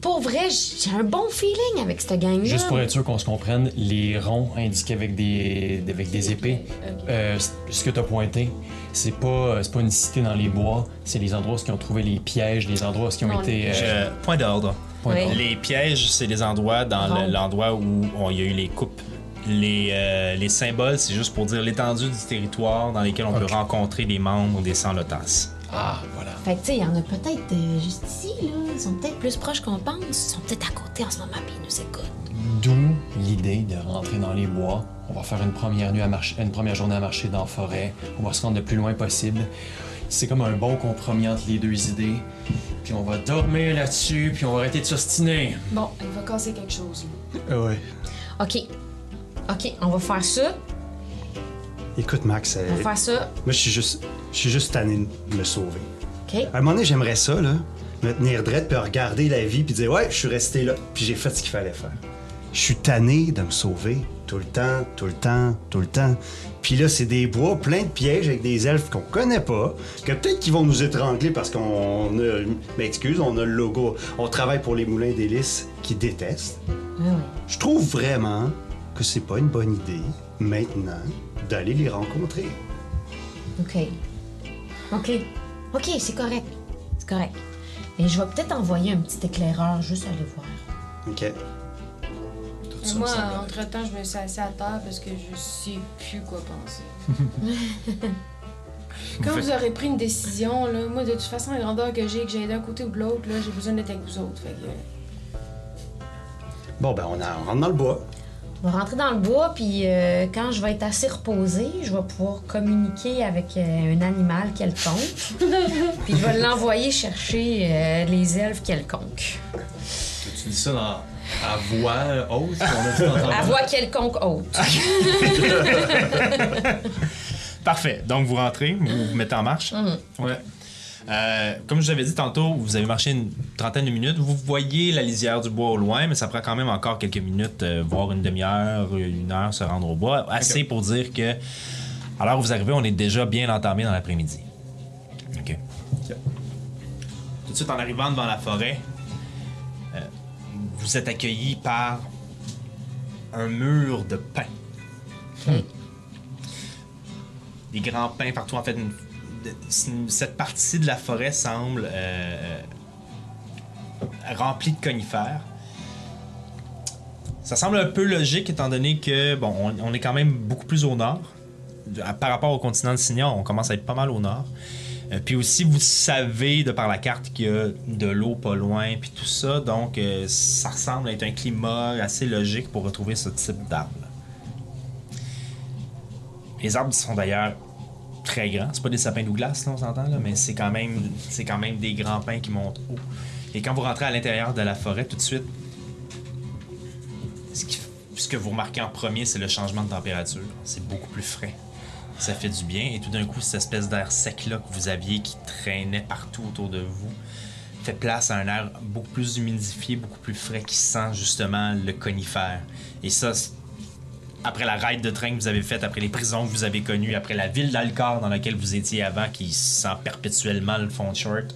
[SPEAKER 3] pour vrai, j'ai un bon feeling avec cette gang-là.
[SPEAKER 4] Juste pour être sûr qu'on se comprenne, les ronds indiqués avec des, avec des épées,
[SPEAKER 5] Ok.
[SPEAKER 4] euh, c- ce que tu as pointé, c'est pas, euh, c'est pas une cité dans les bois, c'est les endroits où ils ont trouvé les pièges, les endroits où ils ont
[SPEAKER 5] Non,
[SPEAKER 4] été. euh,
[SPEAKER 1] Je- Point d'ordre.
[SPEAKER 4] point
[SPEAKER 3] Oui.
[SPEAKER 4] de-
[SPEAKER 1] Les pièges, c'est les endroits dans le-
[SPEAKER 3] Bon.
[SPEAKER 1] l'endroit où on- il y a eu les coupes. Les, euh, les symboles, c'est juste pour dire l'étendue du territoire dans lequel on peut rencontrer des membres des sans-lotas.
[SPEAKER 4] Ah, voilà.
[SPEAKER 3] Fait que, tu sais, il y en a peut-être euh, juste ici, là. Ils sont peut-être plus proches qu'on pense. Ils sont peut-être à côté en ce moment, puis ils nous écoutent.
[SPEAKER 4] D'où l'idée de rentrer dans les bois. On va faire une première, nuit à marcher, une première journée à marcher dans la forêt. On va se rendre le plus loin possible. C'est comme un bon compromis entre les deux idées. Puis on va dormir là-dessus, puis on va arrêter de s'ostiner.
[SPEAKER 5] Bon, il va casser quelque chose. là.
[SPEAKER 2] Ouais.
[SPEAKER 3] OK. OK, on va faire ça.
[SPEAKER 2] Écoute, Max, euh,
[SPEAKER 3] On va faire ça.
[SPEAKER 2] moi, je suis juste, je suis juste tanné de me sauver.
[SPEAKER 3] OK.
[SPEAKER 2] À un moment donné, j'aimerais ça, là, me tenir drette, puis regarder la vie, puis dire, ouais, je suis resté là, puis j'ai fait ce qu'il fallait faire. Je suis tanné de me sauver, tout le temps, tout le temps, tout le temps. Puis là, c'est des bois pleins de pièges avec des elfes qu'on connaît pas, que peut-être qu'ils vont nous étrangler parce qu'on a, mais excuse, on a le logo, on travaille pour les moulins d'hélice qu'ils détestent.
[SPEAKER 3] Ah Ouais, ouais.
[SPEAKER 2] Je trouve vraiment que c'est pas une bonne idée, maintenant, d'aller les rencontrer.
[SPEAKER 3] OK. OK. OK, c'est correct. C'est correct. Et je vais peut-être envoyer un petit éclaireur juste aller voir.
[SPEAKER 2] OK?
[SPEAKER 6] Tout ça me
[SPEAKER 5] Moi,
[SPEAKER 6] semble honnête.
[SPEAKER 5] entre-temps, je me suis assise à terre parce que je sais plus quoi penser. Quand vous aurez pris une décision, là, moi, de toute façon, la grandeur que j'ai, que j'ai d'un côté ou de l'autre, là, j'ai besoin d'être avec vous autres. Fait que, euh,
[SPEAKER 2] Bon, ben, on, a- on rentre dans le bois.
[SPEAKER 3] On va rentrer dans le bois, puis euh, quand je vais être assez reposée, je vais pouvoir communiquer avec euh, un animal quelconque. puis je vais l'envoyer chercher euh, les elfes quelconques.
[SPEAKER 6] Tu dis ça dans, à voix haute, on a tout entendu.
[SPEAKER 3] À voix quelconque haute.
[SPEAKER 1] Parfait. Donc, vous rentrez, vous vous mettez en marche. Ouais. Euh, comme je vous avais dit tantôt, vous avez marché une trentaine de minutes. Vous voyez la lisière du bois au loin, mais ça prend quand même encore quelques minutes, euh, voire une demi-heure, une heure, se rendre au bois. Assez pour dire que, à l'heure où vous arrivez, on est déjà bien entamé dans l'après-midi. OK. Tout de suite, en arrivant devant la forêt, euh, vous êtes accueilli par un mur de pins des grands pins partout. En fait, une- de- c- cette partie de la forêt semble euh, remplie de conifères. Ça semble un peu logique étant donné que bon, on, on est quand même beaucoup plus au nord. De- à- Par rapport au continent de Signan, on commence à être pas mal au nord. Euh, puis aussi, vous savez de par la carte qu'il y a de l'eau pas loin, puis tout ça. Donc, euh, ça ressemble à être un climat assez logique pour retrouver ce type d'arbre. Les arbres sont d'ailleurs très grands. C'est pas des sapins Douglas, là, on s'entend, là, mais c'est quand, même, c'est quand même des grands pins qui montent haut. Et quand vous rentrez à l'intérieur de la forêt, tout de suite, ce, qui- ce que vous remarquez en premier, c'est le changement de température. C'est beaucoup plus frais. Ça fait du bien. Et tout d'un coup, cette espèce d'air sec-là que vous aviez qui traînait partout autour de vous fait place à un air beaucoup plus humidifié, beaucoup plus frais qui sent justement le conifère. Et ça, c'est- après la ride de train que vous avez faite, après les prisons que vous avez connues, après la ville d'Alcor dans laquelle vous étiez avant, qui sent perpétuellement le fond de short.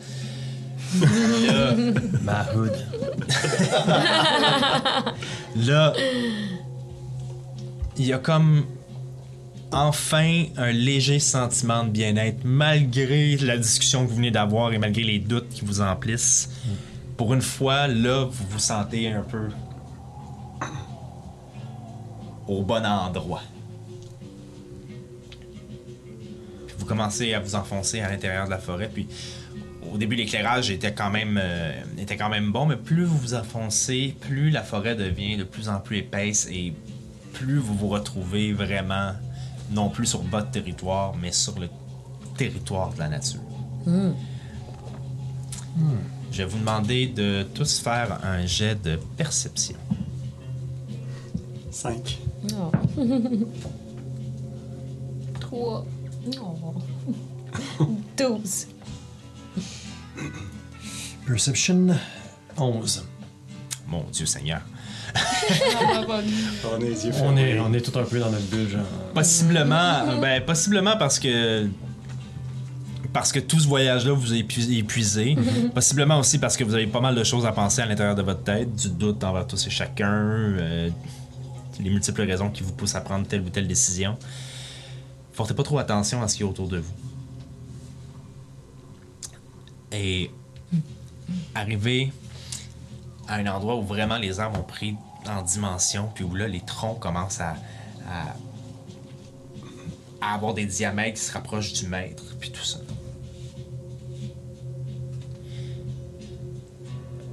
[SPEAKER 1] là,
[SPEAKER 4] Ma hood.
[SPEAKER 1] là, il y a comme enfin un léger sentiment de bien-être, malgré la discussion que vous venez d'avoir et malgré les doutes qui vous emplissent.
[SPEAKER 4] Mm.
[SPEAKER 1] Pour une fois, là, vous vous sentez un peu au bon endroit. Puis vous commencez à vous enfoncer à l'intérieur de la forêt. Puis au début, l'éclairage était quand même euh, était quand même bon, mais plus vous vous enfoncez, plus la forêt devient de plus en plus épaisse et plus vous vous retrouvez vraiment non plus sur votre territoire, mais sur le territoire de la nature. Je vais vous demander de tous faire un jet de perception.
[SPEAKER 2] 5.
[SPEAKER 3] Trois. Non. Douze.
[SPEAKER 4] Perception 11.
[SPEAKER 1] Mon Dieu Seigneur.
[SPEAKER 2] On est les yeux
[SPEAKER 4] On
[SPEAKER 2] fermés.
[SPEAKER 4] est, on est tout un peu dans notre bulle, genre.
[SPEAKER 1] Possiblement, ben, possiblement parce que parce que tout ce voyage-là vous a épu- épuisé. Possiblement aussi parce que vous avez pas mal de choses à penser à l'intérieur de votre tête, du doute envers tous et chacun, euh, les multiples raisons qui vous poussent à prendre telle ou telle décision. Portez pas trop attention à ce qui est autour de vous. Et arrivé à un endroit où vraiment les arbres ont pris en dimension, puis où là les troncs commencent à- à à avoir des diamètres qui se rapprochent du mètre, puis tout ça.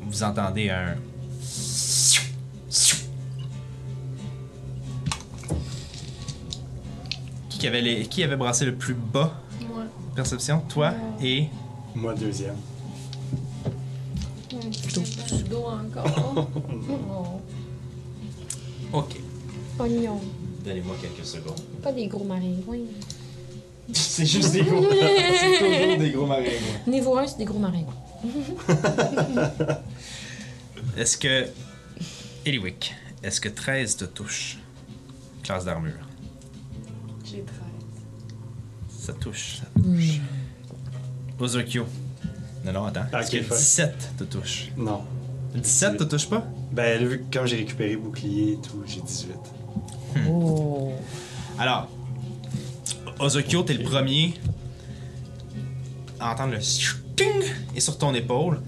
[SPEAKER 1] Vous entendez un. Qui avait, les- qui avait brassé le plus bas
[SPEAKER 5] Moi.
[SPEAKER 1] Perception, toi et.
[SPEAKER 2] Moi, deuxième.
[SPEAKER 5] Je dos encore.
[SPEAKER 1] Ok.
[SPEAKER 3] Pognon.
[SPEAKER 1] Donnez-moi quelques secondes.
[SPEAKER 3] Pas des gros maringouins.
[SPEAKER 1] C'est juste des gros. C'est toujours des gros maringouins.
[SPEAKER 3] Niveau 1, c'est des gros maringouins.
[SPEAKER 1] Est-ce que. Eliwick, est-ce que 13 te touche Classe d'armure.
[SPEAKER 5] J'ai 13.
[SPEAKER 1] Ça touche. Ça touche. Ozokyo. Non, non, attends. Est-ce
[SPEAKER 2] ok,
[SPEAKER 1] que
[SPEAKER 2] fine.
[SPEAKER 1] 17 te touche
[SPEAKER 2] Non.
[SPEAKER 1] 17 te touche pas
[SPEAKER 2] Ben, là, vu que comme j'ai récupéré bouclier et tout, j'ai 18.
[SPEAKER 3] Oh.
[SPEAKER 1] Alors, Ozokyo, t'es le premier à entendre le ting et sur ton épaule.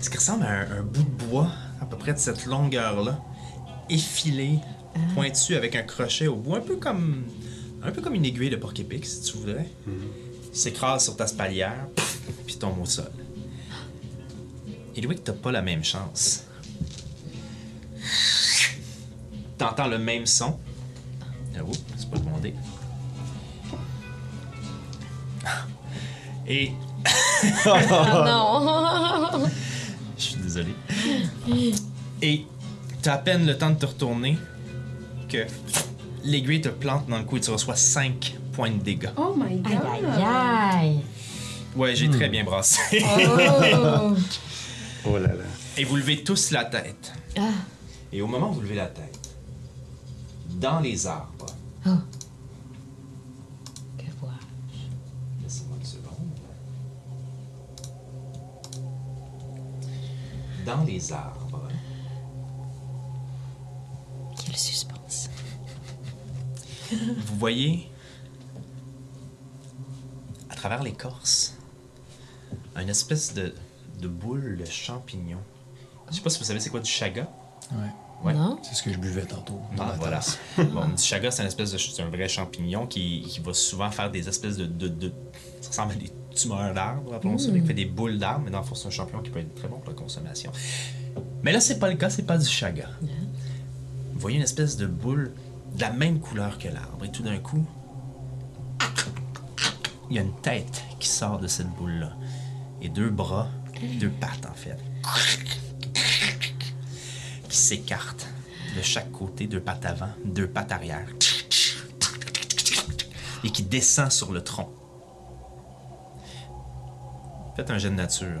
[SPEAKER 1] Ce qui ressemble à un, un bout de bois à peu près de cette longueur-là, effilée, pointue avec un crochet au bout, un peu comme, un peu comme une aiguille de porc-épic, si tu voudrais, s'écrase sur ta spalière, pff, puis tombe au sol. Et Louis, t'as pas la même chance. T'entends le même son. Ah, oups, c'est pas le bon dé. Et
[SPEAKER 3] Ah non!
[SPEAKER 1] Je suis désolé. Et t'as à peine le temps de te retourner que l'aiguille te plante dans le cou et tu reçois 5 points de dégâts.
[SPEAKER 5] Oh my god!
[SPEAKER 7] Ah.
[SPEAKER 3] aïe, aïe,
[SPEAKER 1] Ouais, j'ai très bien brassé.
[SPEAKER 3] aïe! Oh!
[SPEAKER 2] Oh là là.
[SPEAKER 1] Et vous levez tous la tête. Et au moment où vous levez la tête, dans les arbres,
[SPEAKER 3] Que voir.
[SPEAKER 1] laissez-moi une seconde. Dans les arbres,
[SPEAKER 3] Quel suspense.
[SPEAKER 1] vous voyez à travers l'écorce une espèce de, de boule de champignons. Je sais pas si vous savez c'est quoi du chaga.
[SPEAKER 6] Ouais.
[SPEAKER 1] Ouais.
[SPEAKER 3] Non?
[SPEAKER 6] C'est ce que je buvais tantôt. dans
[SPEAKER 1] Ah,
[SPEAKER 6] ma
[SPEAKER 1] voilà.
[SPEAKER 6] tasse.
[SPEAKER 1] bon, du chaga, c'est un espèce de, c'est un vrai champignon qui, qui va souvent faire des espèces de, de, de- ça ressemble à des tumeurs d'arbres, appelons ça, il fait des boules d'arbres, mais dans le fond, c'est un champignon qui peut être très bon pour la consommation. Mais là, c'est pas le cas, c'est pas du chaga. Vous voyez une espèce de boule de la même couleur que l'arbre, et tout d'un coup, il y a une tête qui sort de cette boule-là, et deux bras, deux pattes en fait, qui s'écartent de chaque côté, deux pattes avant, deux pattes arrière, et qui descend sur le tronc. Faites un jet de nature.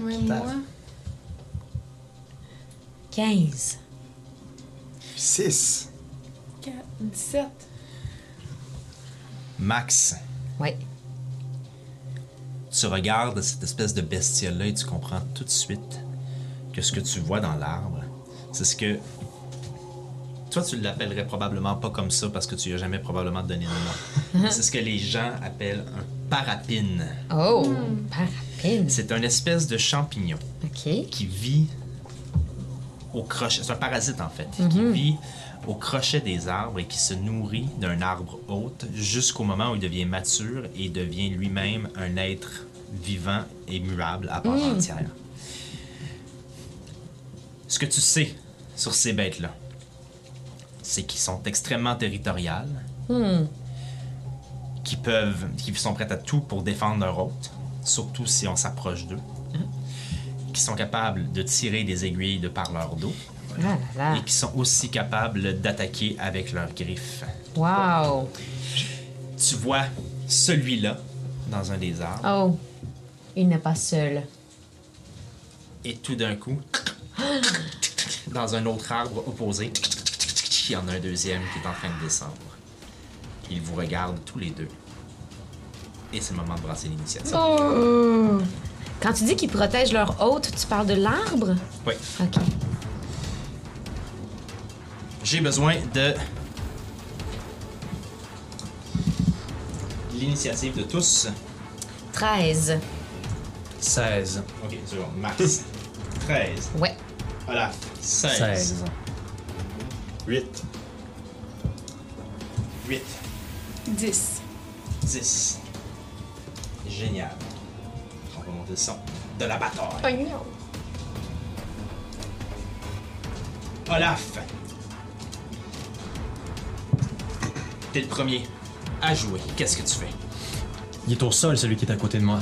[SPEAKER 5] Ouais, moi.
[SPEAKER 3] 15.
[SPEAKER 2] 6.
[SPEAKER 5] 4, 17.
[SPEAKER 1] Max,
[SPEAKER 3] Ouais.
[SPEAKER 1] tu regardes cette espèce de bestiole-là et tu comprends tout de suite que ce que tu vois dans l'arbre, c'est ce que. Toi, tu l'appellerais probablement pas comme ça parce que tu lui as jamais probablement donné de nom. Mais c'est ce que les gens appellent un parapine.
[SPEAKER 3] Oh! Parapine.
[SPEAKER 1] C'est un espèce de champignon.
[SPEAKER 3] OK.
[SPEAKER 1] qui vit au crochet. C'est un parasite en fait, qui vit au crochet des arbres et qui se nourrit d'un arbre hôte jusqu'au moment où il devient mature et devient lui-même un être vivant et muable à part entière. Ce que tu sais sur ces bêtes-là, c'est qu'ils sont extrêmement territoriales, qui peuvent, qui sont prêtes à tout pour défendre leur hôte, surtout si on s'approche d'eux qui sont capables de tirer des aiguilles de par leur dos
[SPEAKER 3] Ah là
[SPEAKER 1] et qui sont aussi capables d'attaquer avec leurs griffes.
[SPEAKER 3] là. Wow!
[SPEAKER 1] Tu vois celui-là dans un des arbres
[SPEAKER 3] Oh! Il n'est pas seul.
[SPEAKER 1] et tout d'un coup, dans un autre arbre opposé, il y en a un deuxième qui est en train de descendre. Ils vous regardent tous les deux. Et c'est le moment de brasser l'initiative.
[SPEAKER 3] Oh! Quand tu dis qu'ils protègent leur hôte, tu parles de l'arbre?
[SPEAKER 1] Oui.
[SPEAKER 3] OK.
[SPEAKER 1] J'ai besoin de l'initiative de tous.
[SPEAKER 3] 13.
[SPEAKER 6] 16.
[SPEAKER 1] Ok, c'est bon. Max, 13.
[SPEAKER 3] Ouais.
[SPEAKER 1] Olaf, 16.
[SPEAKER 6] 16.
[SPEAKER 2] 8.
[SPEAKER 1] 8,
[SPEAKER 5] 10.
[SPEAKER 1] 10. Génial. On va monter le son de la bataille.
[SPEAKER 5] Pognon.
[SPEAKER 1] Olaf, t'es le premier à jouer. Qu'est-ce que tu fais?
[SPEAKER 4] Il est au sol, celui qui est à côté de moi.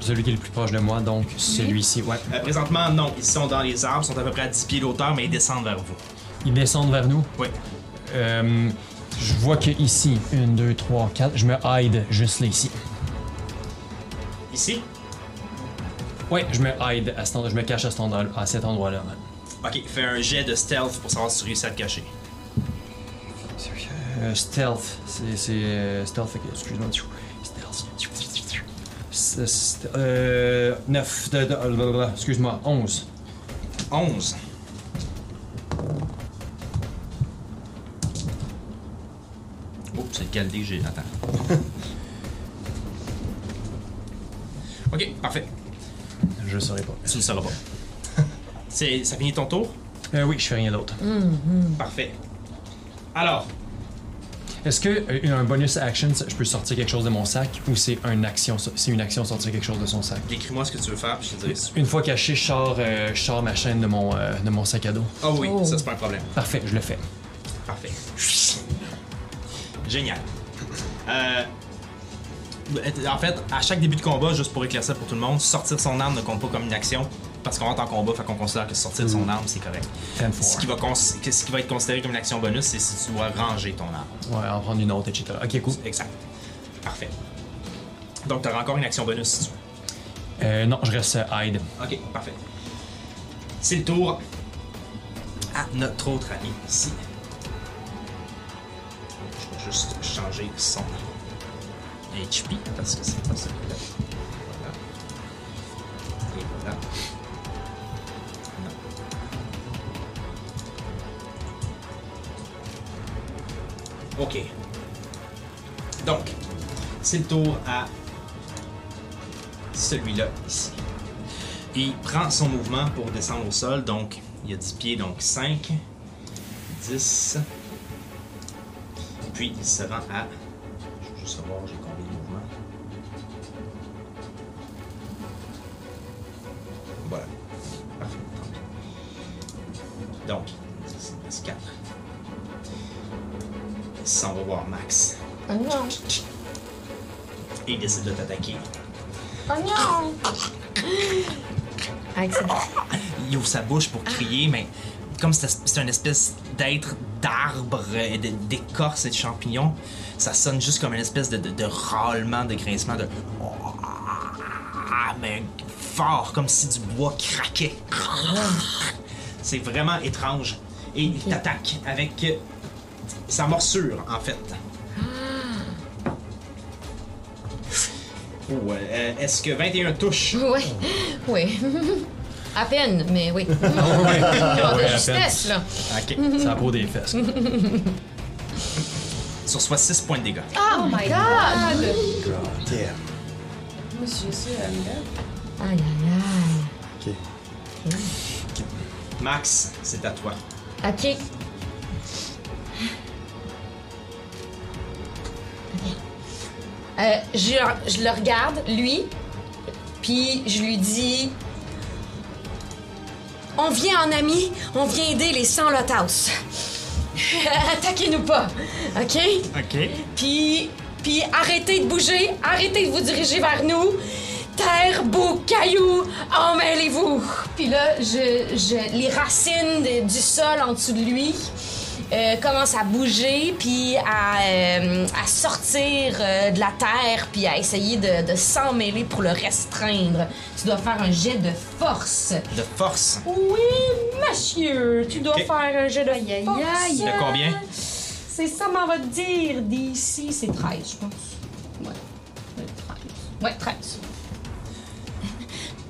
[SPEAKER 4] Celui qui est le plus proche de moi, donc celui-ci. Ouais.
[SPEAKER 1] Euh, présentement, non. Ils sont dans les arbres, sont à peu près à 10 pieds d'auteur, mais ils descendent vers vous.
[SPEAKER 4] Ils descendent vers nous.
[SPEAKER 1] Oui.
[SPEAKER 4] Euh, je vois que ici, 1, 2, 3, 4, je me hide juste là ici.
[SPEAKER 1] Ici?
[SPEAKER 4] Ouais, je me hide à cet endroit, je me cache à cet endroit, à cet endroit-là. ouais.
[SPEAKER 1] Ok, fais un jet de stealth pour savoir si tu réussis à te cacher.
[SPEAKER 4] Euh, stealth, c'est c'est, euh, stealth, ok, excuse-moi. tchou. Stealth. tchou, tchou, tchou, tchou. C'est- c'est- Euh, 9, excuse-moi, 11.
[SPEAKER 1] 11. Oups, c'est lequel dé que j'ai. Attends. ok, parfait.
[SPEAKER 6] Je le saurais pas.
[SPEAKER 1] Tu ne sauras pas. C'est, ça finit ton tour?
[SPEAKER 4] Euh, oui, je fais rien d'autre.
[SPEAKER 7] Mm.
[SPEAKER 1] Parfait. Alors,
[SPEAKER 4] Est-ce que euh, un bonus action, ça, je peux sortir quelque chose de mon sac ou c'est une action, so- c'est une action sortir quelque chose de son sac?
[SPEAKER 1] décris-moi ce que tu veux faire, puis je te dirai. si-
[SPEAKER 4] Une fois caché, je sors, euh, je sors ma chaîne de mon, euh, de mon sac à dos.
[SPEAKER 1] Ah oui,
[SPEAKER 3] Oh.
[SPEAKER 1] ça c'est pas un problème.
[SPEAKER 4] Parfait, je le fais.
[SPEAKER 1] Parfait. Génial. Euh, en fait, à chaque début de combat, juste pour éclaircir pour tout le monde, sortir son arme ne compte pas comme une action parce qu'on rentre en combat, fait qu'on considère que sortir son arme, c'est correct.
[SPEAKER 4] Mm. Ten four.
[SPEAKER 1] Ce qui, va cons- que- ce qui va être considéré comme une action bonus, c'est si tu dois ranger ton arme.
[SPEAKER 4] Ouais, en prendre une autre, etc. Ok, cool.
[SPEAKER 1] Exact. Parfait. Donc, tu auras encore une action bonus si tu veux.
[SPEAKER 4] Euh, non, je reste euh, hide.
[SPEAKER 1] Ok, parfait. C'est le tour à notre autre ami ici. Je vais juste changer son HP parce que c'est pas celui-là. Voilà. Et voilà. Non. Ok. Donc, c'est le tour à celui-là ici. Il prend son mouvement pour descendre au sol, donc il y a 10 pieds, donc 5, 10. Puis il se rend à. Je veux juste savoir, j'ai combien de mouvements. Voilà. Parfait. tant mieux. Donc, ça me reste 4. Il s'en va voir Max.
[SPEAKER 3] Oh non!
[SPEAKER 1] Et il décide de t'attaquer.
[SPEAKER 3] Oh non! Avec cette-
[SPEAKER 1] il ouvre sa bouche pour crier, mais comme c'est c'est une espèce d'être d'arbre et de- d'écorce et de champignons, ça sonne juste comme une espèce de, de- de râlement, de grincement, de. Mais fort, comme si du bois craquait. C'est vraiment étrange. Et il t'attaque avec euh, sa morsure, en fait. Oh, euh, Est-ce que 21 touche?
[SPEAKER 3] Oui, oui. À peine, mais oui. Genre de
[SPEAKER 4] à
[SPEAKER 3] justesse, là.
[SPEAKER 1] Ok.
[SPEAKER 4] C'est la peau des fesses.
[SPEAKER 1] Sur soit 6 points de dégâts.
[SPEAKER 5] Oh my god!
[SPEAKER 2] Yeah.
[SPEAKER 5] Moi, j'ai ça à me lèvre.
[SPEAKER 3] Aïe, aïe, aïe.
[SPEAKER 2] Ok.
[SPEAKER 1] Max, c'est à toi.
[SPEAKER 3] Ok. Euh, je, je le regarde, lui, puis je lui dis On vient en ami, on vient aider les sans House. Attaquez-nous pas, ok?
[SPEAKER 1] OK.
[SPEAKER 3] Puis, puis arrêtez de bouger, arrêtez de vous diriger vers nous. Terre, beau caillou, emmêlez-vous. Puis là, je, je- les racines de- du sol en dessous de lui euh, commencent à bouger, puis à, euh, à sortir euh, de la terre, puis à essayer de, de s'emmêler pour le restreindre. Tu dois faire un jet de force.
[SPEAKER 1] De force.
[SPEAKER 3] Oui, monsieur, tu dois
[SPEAKER 1] Ok.
[SPEAKER 3] faire un jet de
[SPEAKER 5] Aïe, aïe,
[SPEAKER 3] force.
[SPEAKER 5] aïe.
[SPEAKER 1] De combien?
[SPEAKER 3] C'est ça, m'en va te dire. D'ici, c'est 13, je pense. Ouais. Ouais, 13. Ouais, 13.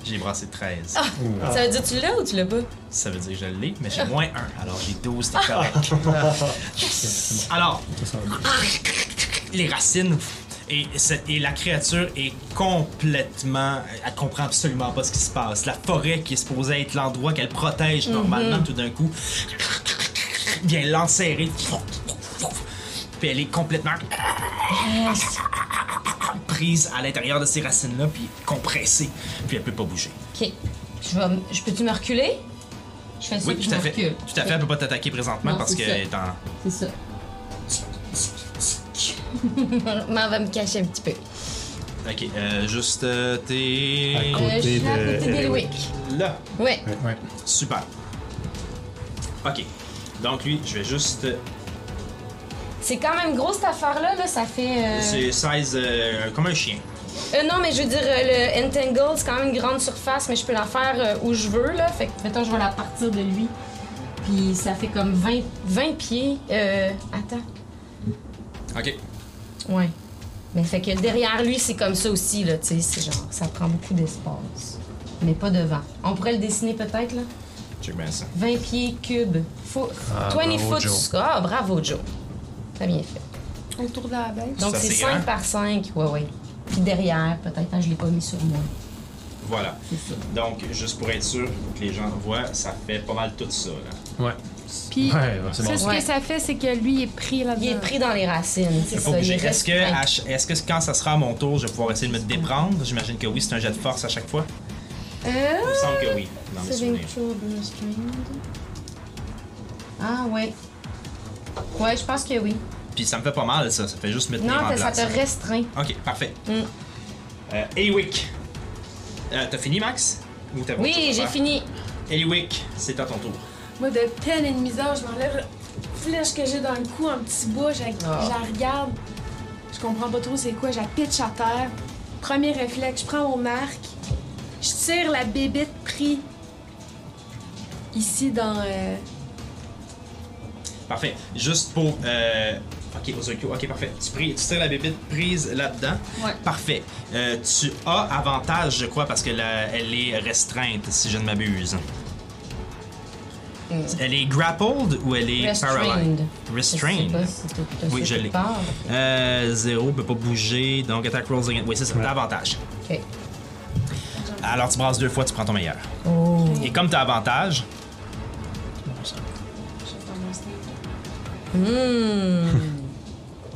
[SPEAKER 1] J'ai brassé 13.
[SPEAKER 3] Ça veut dire tu l'as ou tu l'as pas?
[SPEAKER 1] Ça veut dire que je l'ai, mais j'ai moins 1. Alors j'ai 12, c'est correct. Alors, les racines. Et, c'est- et la créature est complètement. Elle comprend absolument pas ce qui se passe. La forêt qui est supposée être l'endroit qu'elle protège normalement, tout d'un coup, vient l'enserrer. Puis elle est complètement prise à l'intérieur de ces racines-là, puis compressée. Puis elle peut pas bouger.
[SPEAKER 3] Ok. Je, vais, m- je peux-tu me reculer? Je fais ça,
[SPEAKER 1] Oui,
[SPEAKER 3] puis
[SPEAKER 1] tout
[SPEAKER 3] je
[SPEAKER 1] à
[SPEAKER 3] me
[SPEAKER 1] fait.
[SPEAKER 3] recule.
[SPEAKER 1] Tout à fait, elle peut pas t'attaquer présentement
[SPEAKER 3] Non,
[SPEAKER 1] parce
[SPEAKER 3] c'est
[SPEAKER 1] que
[SPEAKER 3] ça.
[SPEAKER 1] elle est en-
[SPEAKER 3] C'est ça. M'en va me cacher un petit peu.
[SPEAKER 1] Ok, euh, juste euh, t'es.
[SPEAKER 2] À
[SPEAKER 3] Euh, je
[SPEAKER 2] Côté
[SPEAKER 3] suis à
[SPEAKER 2] de
[SPEAKER 3] côté d'Elwick.
[SPEAKER 1] Là.
[SPEAKER 3] Ouais.
[SPEAKER 4] Ouais.
[SPEAKER 1] Super. Ok. Donc lui, je vais juste. euh,
[SPEAKER 3] C'est quand même gros cette affaire-là, là. Ça fait. euh,
[SPEAKER 1] C'est 16. euh, comme un chien.
[SPEAKER 3] Euh, non, mais je veux dire, euh, le Entangle, c'est quand même une grande surface, mais je peux la faire euh, où je veux, là. Fait que, mettons, je vais la partir de lui. Puis ça fait comme 20, 20 pieds. Euh, attends.
[SPEAKER 1] Ok.
[SPEAKER 3] Ouais. Mais fait que derrière lui, c'est comme ça aussi, là. Tu sais, c'est genre, ça prend beaucoup d'espace. Mais pas devant. On pourrait le dessiner peut-être, là.
[SPEAKER 1] Check bien ça.
[SPEAKER 3] 20 pieds cubes. Fo-
[SPEAKER 4] Ah,
[SPEAKER 3] 20
[SPEAKER 4] bravo,
[SPEAKER 3] foot.
[SPEAKER 4] Joe.
[SPEAKER 3] Ah, bravo, Joe. Très bien fait.
[SPEAKER 5] Autour de la bête.
[SPEAKER 3] Donc
[SPEAKER 1] Ça,
[SPEAKER 3] c'est
[SPEAKER 1] c'est
[SPEAKER 3] 5
[SPEAKER 1] grand.
[SPEAKER 3] par 5. Ouais, ouais. Puis derrière, peut-être, hein, je l'ai pas mis sur moi.
[SPEAKER 1] Voilà.
[SPEAKER 6] C'est ça.
[SPEAKER 1] Donc, juste pour être sûr que les gens voient, ça fait pas mal tout ça. Là.
[SPEAKER 6] Ouais.
[SPEAKER 7] Puis,
[SPEAKER 6] Ouais, ouais, c'est
[SPEAKER 7] ça,
[SPEAKER 6] bon.
[SPEAKER 7] ce
[SPEAKER 3] Ouais.
[SPEAKER 7] que ça fait, c'est que lui, il est pris là-dedans.
[SPEAKER 3] Il est pris dans les racines, c'est
[SPEAKER 1] Faut
[SPEAKER 3] ça.
[SPEAKER 1] que
[SPEAKER 3] il
[SPEAKER 1] j'ai-
[SPEAKER 3] reste
[SPEAKER 1] Est-ce que,
[SPEAKER 3] pris.
[SPEAKER 1] à ch- est-ce que quand ça sera à mon tour, je vais pouvoir essayer de me déprendre J'imagine que oui, c'est un jet de force à chaque fois.
[SPEAKER 3] Euh,
[SPEAKER 1] Il me semble que oui, dans mes
[SPEAKER 3] Saving
[SPEAKER 1] souvenirs.
[SPEAKER 3] throw restrained. Ah ouais. Ouais, je pense que oui.
[SPEAKER 1] Puis ça me fait pas mal, ça. Ça fait juste me tenir
[SPEAKER 3] Non,
[SPEAKER 1] en
[SPEAKER 3] t'as- ça
[SPEAKER 1] place.
[SPEAKER 3] te restreint.
[SPEAKER 1] hein. Ok, parfait.
[SPEAKER 3] Mm.
[SPEAKER 1] Euh, Ewick. Euh, t'as fini, Max Ou t'as autre chose
[SPEAKER 3] Oui,
[SPEAKER 1] à
[SPEAKER 3] j'ai
[SPEAKER 1] faire?
[SPEAKER 3] fini.
[SPEAKER 1] Eliwick, c'est à ton tour.
[SPEAKER 7] Moi, de peine et de misère, je m'enlève la flèche que j'ai dans le cou en petit bout, je, je la regarde. Je comprends pas trop c'est quoi, je la pitch à terre. Premier réflexe, je prends mon arc, je tire la bébite prise ici dans. euh,
[SPEAKER 1] Parfait. Juste pour. euh, Ok, Ozokyo, ok, parfait. Tu, pris- tu tires la bébite prise là-dedans.
[SPEAKER 7] Ouais.
[SPEAKER 1] Parfait. Euh, tu as avantage, je crois, parce que la- elle est restreinte, si je ne m'abuse. Elle est grappled ou elle est paralyzed?
[SPEAKER 3] Restrained. Je sais
[SPEAKER 1] Restrained.
[SPEAKER 3] pas si t'as- t'as
[SPEAKER 1] Oui,
[SPEAKER 3] ça
[SPEAKER 1] je l'ai.
[SPEAKER 3] quelque part.
[SPEAKER 1] Euh, zéro, peut pas bouger, donc attack rolls again. Oui, c'est ça, t'as avantage.
[SPEAKER 3] Ok.
[SPEAKER 1] Alors tu brasses deux fois, tu prends ton meilleur.
[SPEAKER 3] Oh.
[SPEAKER 1] Et comme t'as avantage,
[SPEAKER 7] Je vais faire mon sneak.
[SPEAKER 3] Hmm.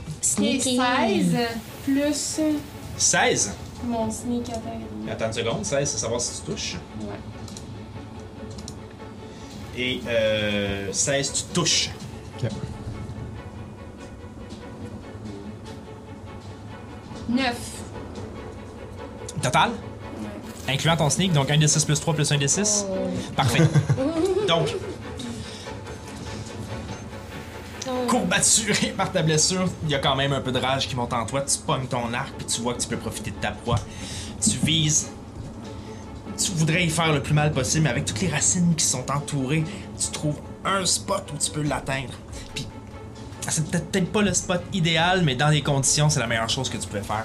[SPEAKER 7] Ok,
[SPEAKER 3] Sneaky.
[SPEAKER 7] 16 plus
[SPEAKER 1] 16.
[SPEAKER 7] mon sneak attack.
[SPEAKER 1] Attends une seconde, 16, c'est savoir si tu touches.
[SPEAKER 7] Ouais.
[SPEAKER 1] Et euh, 16, tu touches.
[SPEAKER 4] Ok.
[SPEAKER 7] 9.
[SPEAKER 1] Total? Incluant ton sneak, donc 1 d 6 plus 3 plus 1 d 6. Parfait. donc, courbaturé par ta blessure, il y a quand même un peu de rage qui monte en toi. Tu pognes ton arc puis tu vois que tu peux profiter de ta proie. Tu vises. Tu voudrais y faire le plus mal possible, mais avec toutes les racines qui sont entourées, tu trouves un spot où tu peux l'atteindre. Puis, c'est peut-être peut-être pas le spot idéal, mais dans les conditions, c'est la meilleure chose que tu peux faire.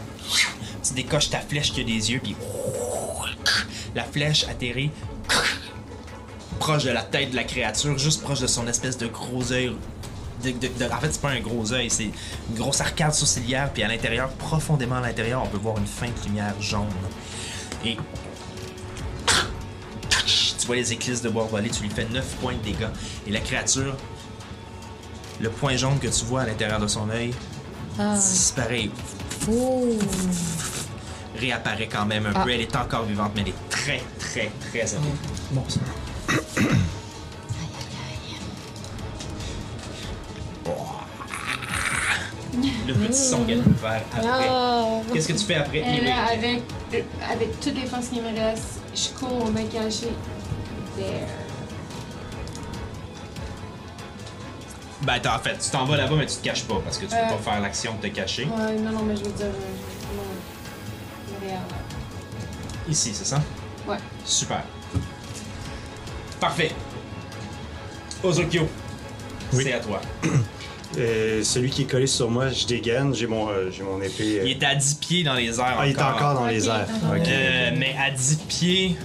[SPEAKER 1] Tu décoches ta flèche qui a des yeux, puis la flèche atterrit proche de la tête de la créature, juste proche de son espèce de gros œil. de- de- de- en fait, c'est pas un gros œil, c'est une grosse arcade sourcilière, puis à l'intérieur, profondément à l'intérieur, on peut voir une feinte lumière jaune. Et. Tu vois les éclisses de bois voler, tu lui fais 9 points de dégâts. Et la créature, le point jaune que tu vois à l'intérieur de son œil,
[SPEAKER 3] Ah.
[SPEAKER 1] disparaît,
[SPEAKER 3] Oh.
[SPEAKER 1] réapparaît quand même un peu. Elle est encore vivante, mais elle est très, très, très abîmée.
[SPEAKER 6] Bon, ça.
[SPEAKER 1] Le petit son qu'elle peut faire après. Qu'est-ce que tu fais après?
[SPEAKER 7] Et
[SPEAKER 1] Eric?
[SPEAKER 7] là, avec, euh, avec toutes les forces qui me restent, je cours Euh, me cacher. There.
[SPEAKER 1] Ben, t'en- en fait, tu t'en vas là-bas, mais tu te caches pas parce que tu peux
[SPEAKER 7] Euh.
[SPEAKER 1] pas faire l'action de te cacher.
[SPEAKER 7] Ouais, non, non, mais je veux dire. euh, Non. Derrière.
[SPEAKER 1] Ici, c'est ça?
[SPEAKER 7] Ouais.
[SPEAKER 1] Super. Parfait. Ozokyo,
[SPEAKER 2] Oui.
[SPEAKER 1] c'est à toi.
[SPEAKER 2] Euh, celui qui est collé sur moi, je dégaine, j'ai mon, euh, j'ai mon épée. euh.
[SPEAKER 1] Il est à 10 pieds dans les airs.
[SPEAKER 2] Ah, il est encore dans les
[SPEAKER 7] Ok,
[SPEAKER 2] airs.
[SPEAKER 7] d'accord.
[SPEAKER 2] Ok.
[SPEAKER 1] Euh, mais à 10 pieds.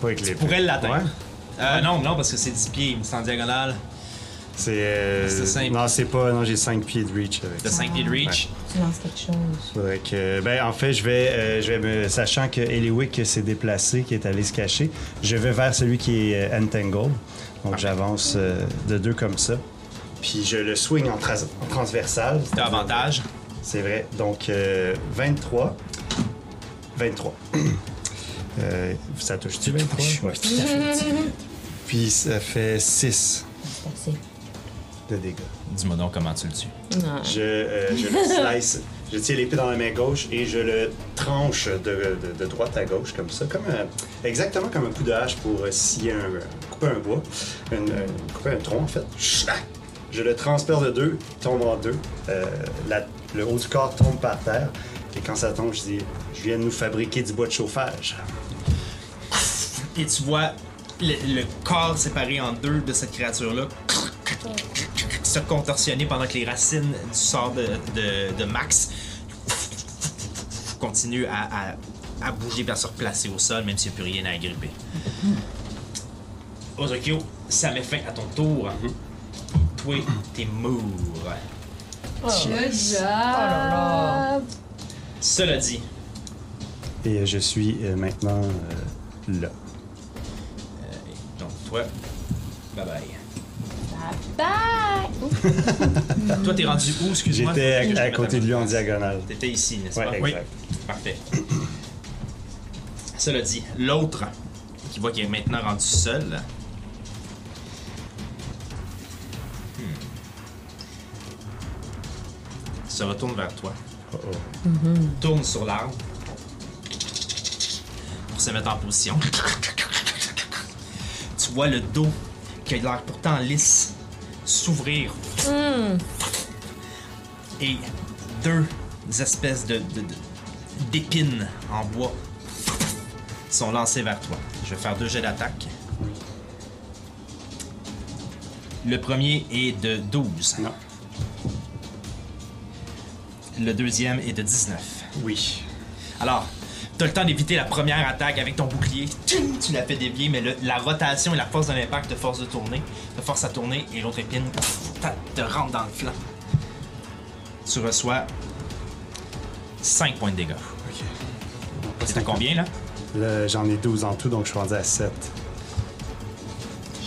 [SPEAKER 2] Pas avec l'épée.
[SPEAKER 1] pourrais l'atteindre.
[SPEAKER 2] Ouais.
[SPEAKER 1] Euh, non, non, parce que c'est 10 pieds, c'est en diagonale
[SPEAKER 2] C'est. euh,
[SPEAKER 1] C'est simple.
[SPEAKER 2] Non, c'est pas. Non, j'ai 5 pieds de reach avec
[SPEAKER 1] de
[SPEAKER 2] ça.
[SPEAKER 1] 5 pieds de reach.
[SPEAKER 3] Tu lances quelque chose.
[SPEAKER 2] Faudrait que. Ben, en fait, je vais. euh, je vais me... Sachant que Eliwick s'est déplacé, qui est allé se cacher, je vais vers celui qui est euh, entangled. Donc, j'avance euh, de deux comme ça. Puis je le swing en, trans- en transversal.
[SPEAKER 1] T'as avantage.
[SPEAKER 2] C'est vrai. Donc, euh, 23. 23. Euh, ça touche-tu 23? Ouais, tout à fait. Puis ça fait 6
[SPEAKER 3] C'est assez.
[SPEAKER 2] de dégâts.
[SPEAKER 1] Dis-moi donc comment tu le tues.
[SPEAKER 3] Non.
[SPEAKER 2] Je, euh, je le slice. Je tiens l'épée dans la main gauche et je le tranche de, de- de droite à gauche, comme ça. Comme un- exactement comme un coup de hache pour euh, scier un. euh, couper un bois. Un, un- couper un tronc, en fait. Chlac! Je le transperce de deux, tombe en deux. Euh, la- le haut du corps tombe par terre. Et quand ça tombe, je dis Je viens de nous fabriquer du bois de chauffage.
[SPEAKER 1] et tu vois le, le corps séparé en deux de cette créature-là se contorsionner pendant que les racines du sort de, de- de Max continuent à, à- à bouger et à se replacer au sol, même s'il n'y a plus rien à agripper. Ozokyo, ça met fin à ton tour. Toi, t'es mort.
[SPEAKER 3] Oh
[SPEAKER 7] Good job! Euh,
[SPEAKER 3] là là.
[SPEAKER 1] Cela dit,
[SPEAKER 2] Et euh, je suis euh, maintenant euh, là.
[SPEAKER 1] Donc, toi, bye bye.
[SPEAKER 3] Bye!
[SPEAKER 1] Toi, t'es rendu où, excuse-moi?
[SPEAKER 2] J'étais
[SPEAKER 1] Faut que je
[SPEAKER 2] à, à
[SPEAKER 1] mette
[SPEAKER 2] côté de lui en
[SPEAKER 1] place.
[SPEAKER 2] diagonale.
[SPEAKER 1] T'étais ici, n'est-ce
[SPEAKER 2] Ouais,
[SPEAKER 1] pas?
[SPEAKER 2] exact.
[SPEAKER 1] Parfait. Cela dit, l'autre, qui voit qu'il est maintenant rendu seul. hmm, Se retourne vers toi.
[SPEAKER 2] Oh, oh.
[SPEAKER 1] Tourne sur l'arbre. Pour se mettre en position. Tu vois le dos, qui a l'air pourtant lisse, s'ouvrir. Et deux espèces de, de- de- d'épines en bois sont lancées vers toi. Je vais faire deux jets d'attaque. Le premier est de 12.
[SPEAKER 2] Non.
[SPEAKER 1] Le deuxième est de 19.
[SPEAKER 2] Oui.
[SPEAKER 1] Alors, t'as le temps d'éviter la première attaque avec ton bouclier. Tching! Tu la fais dévier, mais le- la rotation et la force de l'impact te force de tourner, te force à tourner et l'autre épine ta- te rentre dans le flanc. Tu reçois 5 points de dégâts.
[SPEAKER 2] Ok.
[SPEAKER 1] C'est à combien là
[SPEAKER 2] Là, j'en ai 12 en tout, donc je suis rendu à 7.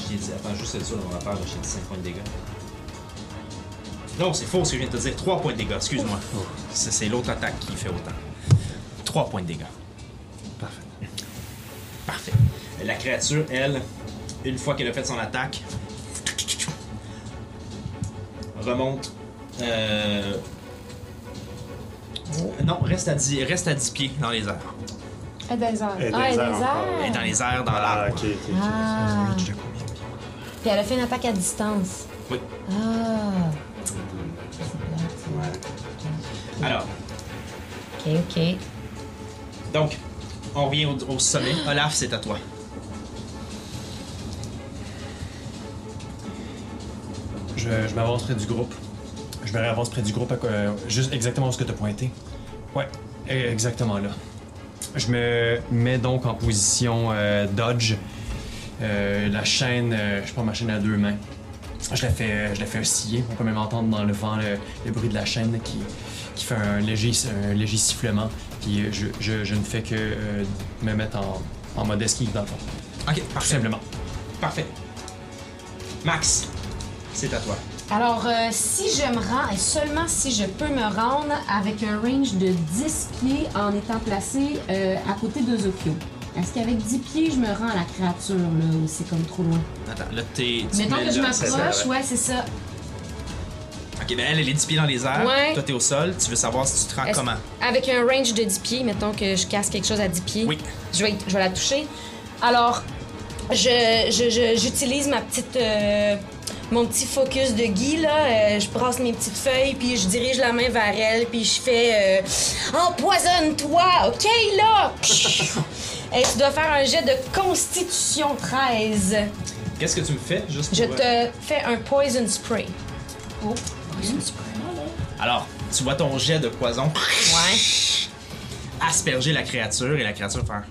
[SPEAKER 1] J'ai dit, attends juste être sûr dans ma page, j'ai dit 5 points de dégâts. Non, c'est faux ce que je viens de te dire. 3 points de dégâts, excuse-moi. C'est c'est l'autre attaque qui fait autant. 3 points de dégâts.
[SPEAKER 2] Parfait.
[SPEAKER 1] Parfait. La créature, elle, une fois qu'elle a fait son attaque, remonte. euh, Non, reste à, 10, reste à 10 pieds dans les airs.
[SPEAKER 5] À des heures.
[SPEAKER 3] Ah, et
[SPEAKER 2] Et des airs
[SPEAKER 3] des
[SPEAKER 2] encore.
[SPEAKER 3] airs.
[SPEAKER 1] Elle est dans les airs, dans
[SPEAKER 2] Ah,
[SPEAKER 1] l'arbre.
[SPEAKER 2] ok, ok. ok.
[SPEAKER 3] Ah. Puis elle a fait une attaque à distance.
[SPEAKER 1] Oui.
[SPEAKER 3] Ah.
[SPEAKER 1] Alors,
[SPEAKER 3] Ok, ok.
[SPEAKER 1] donc, on revient au, au sommet. Olaf, c'est à toi.
[SPEAKER 4] Je, je m'avance près du groupe. Je me réavance près du groupe, à quoi- juste exactement où ce que tu as pointé. Ouais, e- exactement là. Je me mets donc en position euh, dodge. Euh, la chaîne, euh, je prends ma chaîne à deux mains. Je la fais, je la fais osciller. On peut même entendre dans le vent le, le bruit de la chaîne qui, qui fait un léger, un léger sifflement. Puis euh, je, je- je ne fais que euh, me mettre en, en mode esquive dans le fond.
[SPEAKER 1] Ok,
[SPEAKER 4] Tout
[SPEAKER 1] parfait.
[SPEAKER 4] simplement.
[SPEAKER 1] Parfait. Max, c'est à toi.
[SPEAKER 3] Alors, euh, si je me rends, et seulement si je peux me rendre avec un range de 10 pieds en étant placé euh, à côté de Zokyo. Est-ce qu'avec 10 pieds, je me rends à la créature, là, ou c'est comme trop loin?
[SPEAKER 1] Attends, là, t'es. tu
[SPEAKER 3] Mettons
[SPEAKER 1] mets
[SPEAKER 3] que je
[SPEAKER 1] là, c'est ça,
[SPEAKER 3] m'approche, ouais, c'est ça.
[SPEAKER 1] Ok, ben elle, elle est 10 pieds dans les airs.
[SPEAKER 3] Ouais.
[SPEAKER 1] Toi, t'es au sol. Tu veux savoir si tu te rends
[SPEAKER 3] Est-ce-
[SPEAKER 1] comment?
[SPEAKER 3] Avec un range de 10 pieds, mettons que je casse quelque chose à 10 pieds.
[SPEAKER 1] Oui.
[SPEAKER 3] Je vais, je vais la toucher. Alors, je- je- je- j'utilise ma petite. euh, mon petit focus de Guy, là. Euh, je brasse mes petites feuilles, puis je dirige la main vers elle, puis je fais. euh, Empoisonne-toi, OK, là? Et tu dois faire un jet de Constitution 13.
[SPEAKER 1] Qu'est-ce que tu me fais? Juste
[SPEAKER 3] Je
[SPEAKER 1] pour, euh,
[SPEAKER 3] te fais un poison spray.
[SPEAKER 1] Alors, tu vois ton jet de poison
[SPEAKER 3] Ouais.
[SPEAKER 1] asperger la créature et la créature faire.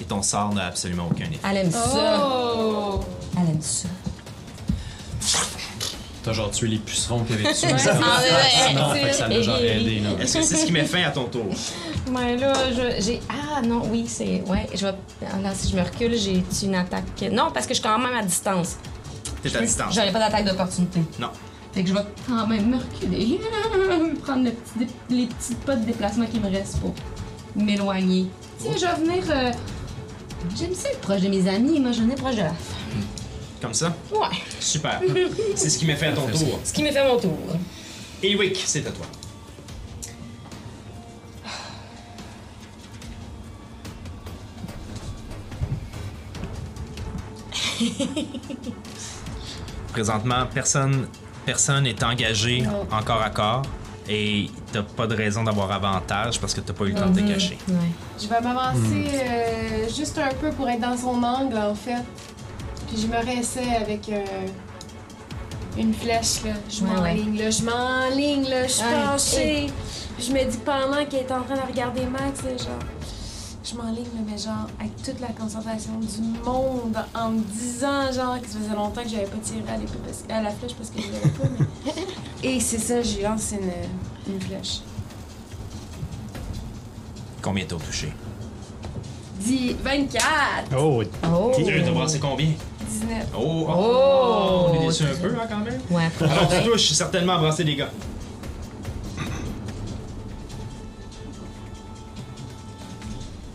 [SPEAKER 1] Et ton sort n'a absolument aucun effet.
[SPEAKER 3] Elle aime ça.
[SPEAKER 7] Oh!
[SPEAKER 3] Elle aime ça.
[SPEAKER 4] T'as genre tué les pucerons qu'il y avait dessus.
[SPEAKER 3] Ah, ouais, ouais.
[SPEAKER 4] Non, fait que ça l'a genre aidé là.
[SPEAKER 1] Est-ce que c'est ce qui met fin à ton tour?
[SPEAKER 3] Ouais, là, je- j'ai. Ah, non, oui, c'est. Ouais, je vais. ah, Là, si je me recule, j'ai une attaque. Non, parce que je suis quand même à distance.
[SPEAKER 1] T'es à distance.
[SPEAKER 3] J'aurais pas d'attaque d'opportunité.
[SPEAKER 1] Non.
[SPEAKER 3] Fait que je vais quand même me reculer. Prendre le petit dé- les petits pas de déplacement qui me restent pour m'éloigner. Tu sais, je vais venir. euh, J'aime ça être proche de mes amis, moi, j'en ai proche de la.
[SPEAKER 1] Comme ça?
[SPEAKER 3] Ouais.
[SPEAKER 1] Super. c'est ce qui met fin à ton tour.
[SPEAKER 3] Ce qui me fait mon tour.
[SPEAKER 1] Ewick, c'est à toi. Présentement, personne personne est engagé en corps à corps et t'as pas de raison d'avoir avantage parce que t'as pas eu le temps de
[SPEAKER 3] Mhm.
[SPEAKER 1] te cacher.
[SPEAKER 3] Ouais.
[SPEAKER 7] Je vais m'avancer euh, juste un peu pour être dans son angle, en fait. Puis je me réessaie avec euh, une flèche, là. Je
[SPEAKER 3] Ouais, Ah,
[SPEAKER 7] m'enligne, là. Je m'enligne, là. Je suis
[SPEAKER 3] Ouais.
[SPEAKER 7] penchée. Puis je me dis pendant qu'elle est en train de regarder Max, là, genre... Je m'enligne, là, mais genre, avec toute la concentration du monde, en me disant, genre, que ça faisait longtemps que j'avais pas tiré à, l'épée parce- à la flèche parce que je l'avais pas, mais- Et c'est ça, j'ai lancé une, une flèche.
[SPEAKER 1] Combien t'as au touché?
[SPEAKER 7] Dis 24,
[SPEAKER 2] Oh,
[SPEAKER 3] Oh!
[SPEAKER 1] Tu t'as brassé combien?
[SPEAKER 7] 19.
[SPEAKER 1] Oh, oh,
[SPEAKER 3] Oh!
[SPEAKER 1] on est déçu un peu hein, quand même.
[SPEAKER 3] Ouais,
[SPEAKER 1] Alors tu touches certainement à brasser des gars.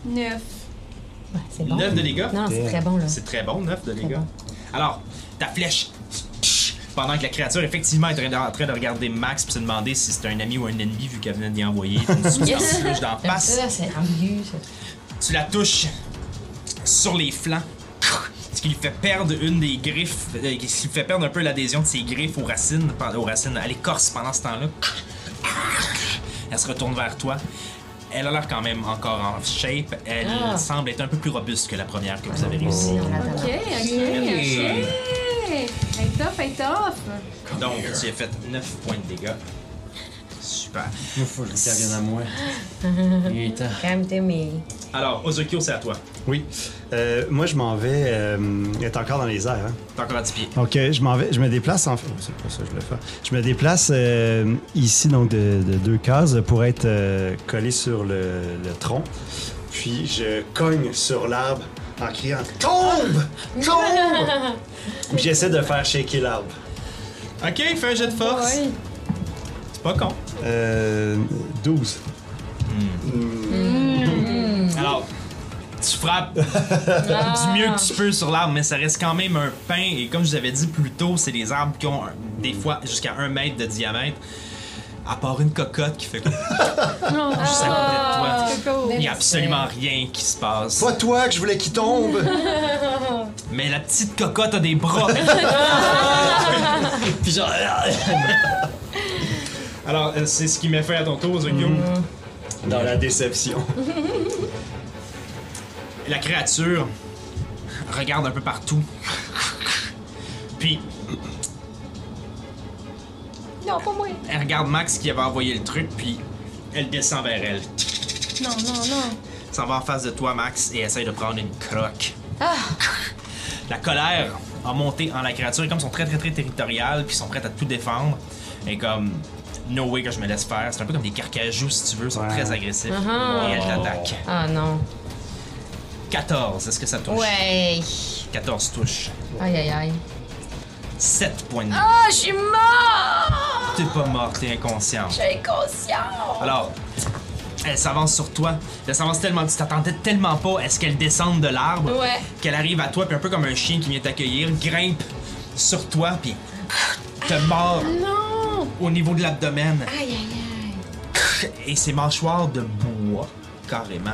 [SPEAKER 7] Neuf.
[SPEAKER 3] ouais, c'est bon.
[SPEAKER 1] 9 de dégâts.
[SPEAKER 3] Non, c'est très bon, là.
[SPEAKER 1] C'est très bon, 9 de dégâts.
[SPEAKER 3] bon.
[SPEAKER 1] Alors, ta flèche. Pendant que la créature, effectivement, est en train de- en train de regarder Max et se demander si c'est un ami ou un ennemi, vu qu'elle venait d'y envoyer une substance rouge d'en
[SPEAKER 3] J'aime
[SPEAKER 1] face.
[SPEAKER 3] ça, c'est ambigu, ça.
[SPEAKER 1] Tu la touches sur les flancs, ce qui lui fait perdre une des griffes, euh, ce qui lui fait perdre un peu l'adhésion de ses griffes aux racines, pen- aux racines, à l'écorce pendant ce temps-là. Elle se retourne vers toi. Elle a l'air quand même encore en shape. Elle
[SPEAKER 3] Ah.
[SPEAKER 1] semble être un peu plus robuste que la première que vous avez réussi.
[SPEAKER 3] Sinon, la
[SPEAKER 7] Ok,
[SPEAKER 3] tabarnak.
[SPEAKER 7] ok, ok. Hey, tough, hey, tough.
[SPEAKER 1] Donc, tu as fait 9 points de dégâts. Super.
[SPEAKER 4] Il faut que ça vienne à moi. Il est temps.
[SPEAKER 3] Calme-toi, mais.
[SPEAKER 1] Alors, Ozokyo, c'est à toi.
[SPEAKER 2] oui. Euh, moi, je m'en vais. euh, être encore dans les airs. hein.
[SPEAKER 1] T'as encore à 10 pieds.
[SPEAKER 2] Ok, je m'en vais, je me déplace en fait. oh, C'est pas ça, je le fais. Je me déplace euh, ici, donc de, de deux cases, pour être euh, collé sur le, le tronc. Puis je cogne sur l'arbre en criant Tombe Tombe Puis j'essaie de faire shaker l'arbre.
[SPEAKER 1] Ok, fais un jet de force.
[SPEAKER 7] Oui.
[SPEAKER 1] C'est pas con.
[SPEAKER 2] Euh, 12.
[SPEAKER 7] Mhm.
[SPEAKER 1] Alors, tu frappes
[SPEAKER 7] Ah.
[SPEAKER 1] du mieux que tu peux sur l'arbre, mais ça reste quand même un pain. Et comme je vous avais dit plus tôt, c'est des arbres qui ont un- des fois jusqu'à 1 mètre de diamètre. À part une cocotte qui fait que
[SPEAKER 7] Non,
[SPEAKER 1] juste à
[SPEAKER 7] ah,
[SPEAKER 1] côté de toi,
[SPEAKER 7] Coco.
[SPEAKER 1] il n'y a absolument rien qui se passe.
[SPEAKER 2] Pas toi que je voulais qu'il tombe
[SPEAKER 1] Mais la petite cocotte a des bras.
[SPEAKER 4] Puis genre.
[SPEAKER 1] Alors, euh, c'est ce qui met fait à ton tour, Ozokyo.
[SPEAKER 7] Mhm.
[SPEAKER 2] Dans la déception.
[SPEAKER 1] La créature regarde un peu partout. Puis
[SPEAKER 7] Non, pas moi.
[SPEAKER 1] elle regarde Max qui avait envoyé le truc, puis elle descend vers elle.
[SPEAKER 7] Non, non, non.
[SPEAKER 1] S'en va en face de toi, Max, et essaye de prendre une croque.
[SPEAKER 3] Ah.
[SPEAKER 1] La colère a monté en la créature, et comme ils sont très très très territoriales, puis ils sont prêtes à tout défendre, et comme no way que je me laisse faire. C'est un peu comme des carcajous, si tu veux, ils sont
[SPEAKER 2] Ouais.
[SPEAKER 1] très agressifs.
[SPEAKER 3] Uh-huh.
[SPEAKER 1] Et elle t'attaque.
[SPEAKER 3] Ah non.
[SPEAKER 1] 14, est-ce que ça touche
[SPEAKER 3] Ouais.
[SPEAKER 1] 14 touche.
[SPEAKER 3] Aïe, aïe, aïe.
[SPEAKER 1] 7 points de
[SPEAKER 3] Ah, je suis mort!
[SPEAKER 1] T'es pas mort, t'es inconscient.
[SPEAKER 3] Je suis inconscient!
[SPEAKER 1] Alors, elle s'avance sur toi. Elle s'avance tellement, tu t'attendais tellement pas à ce qu'elle descende de l'arbre
[SPEAKER 3] Ouais.
[SPEAKER 1] qu'elle arrive à toi, puis un peu comme un chien qui vient t'accueillir, grimpe sur toi, puis te mord
[SPEAKER 7] Non!
[SPEAKER 1] au niveau de l'abdomen.
[SPEAKER 3] Aïe, aïe, aïe.
[SPEAKER 1] Et ses mâchoires de bois, carrément,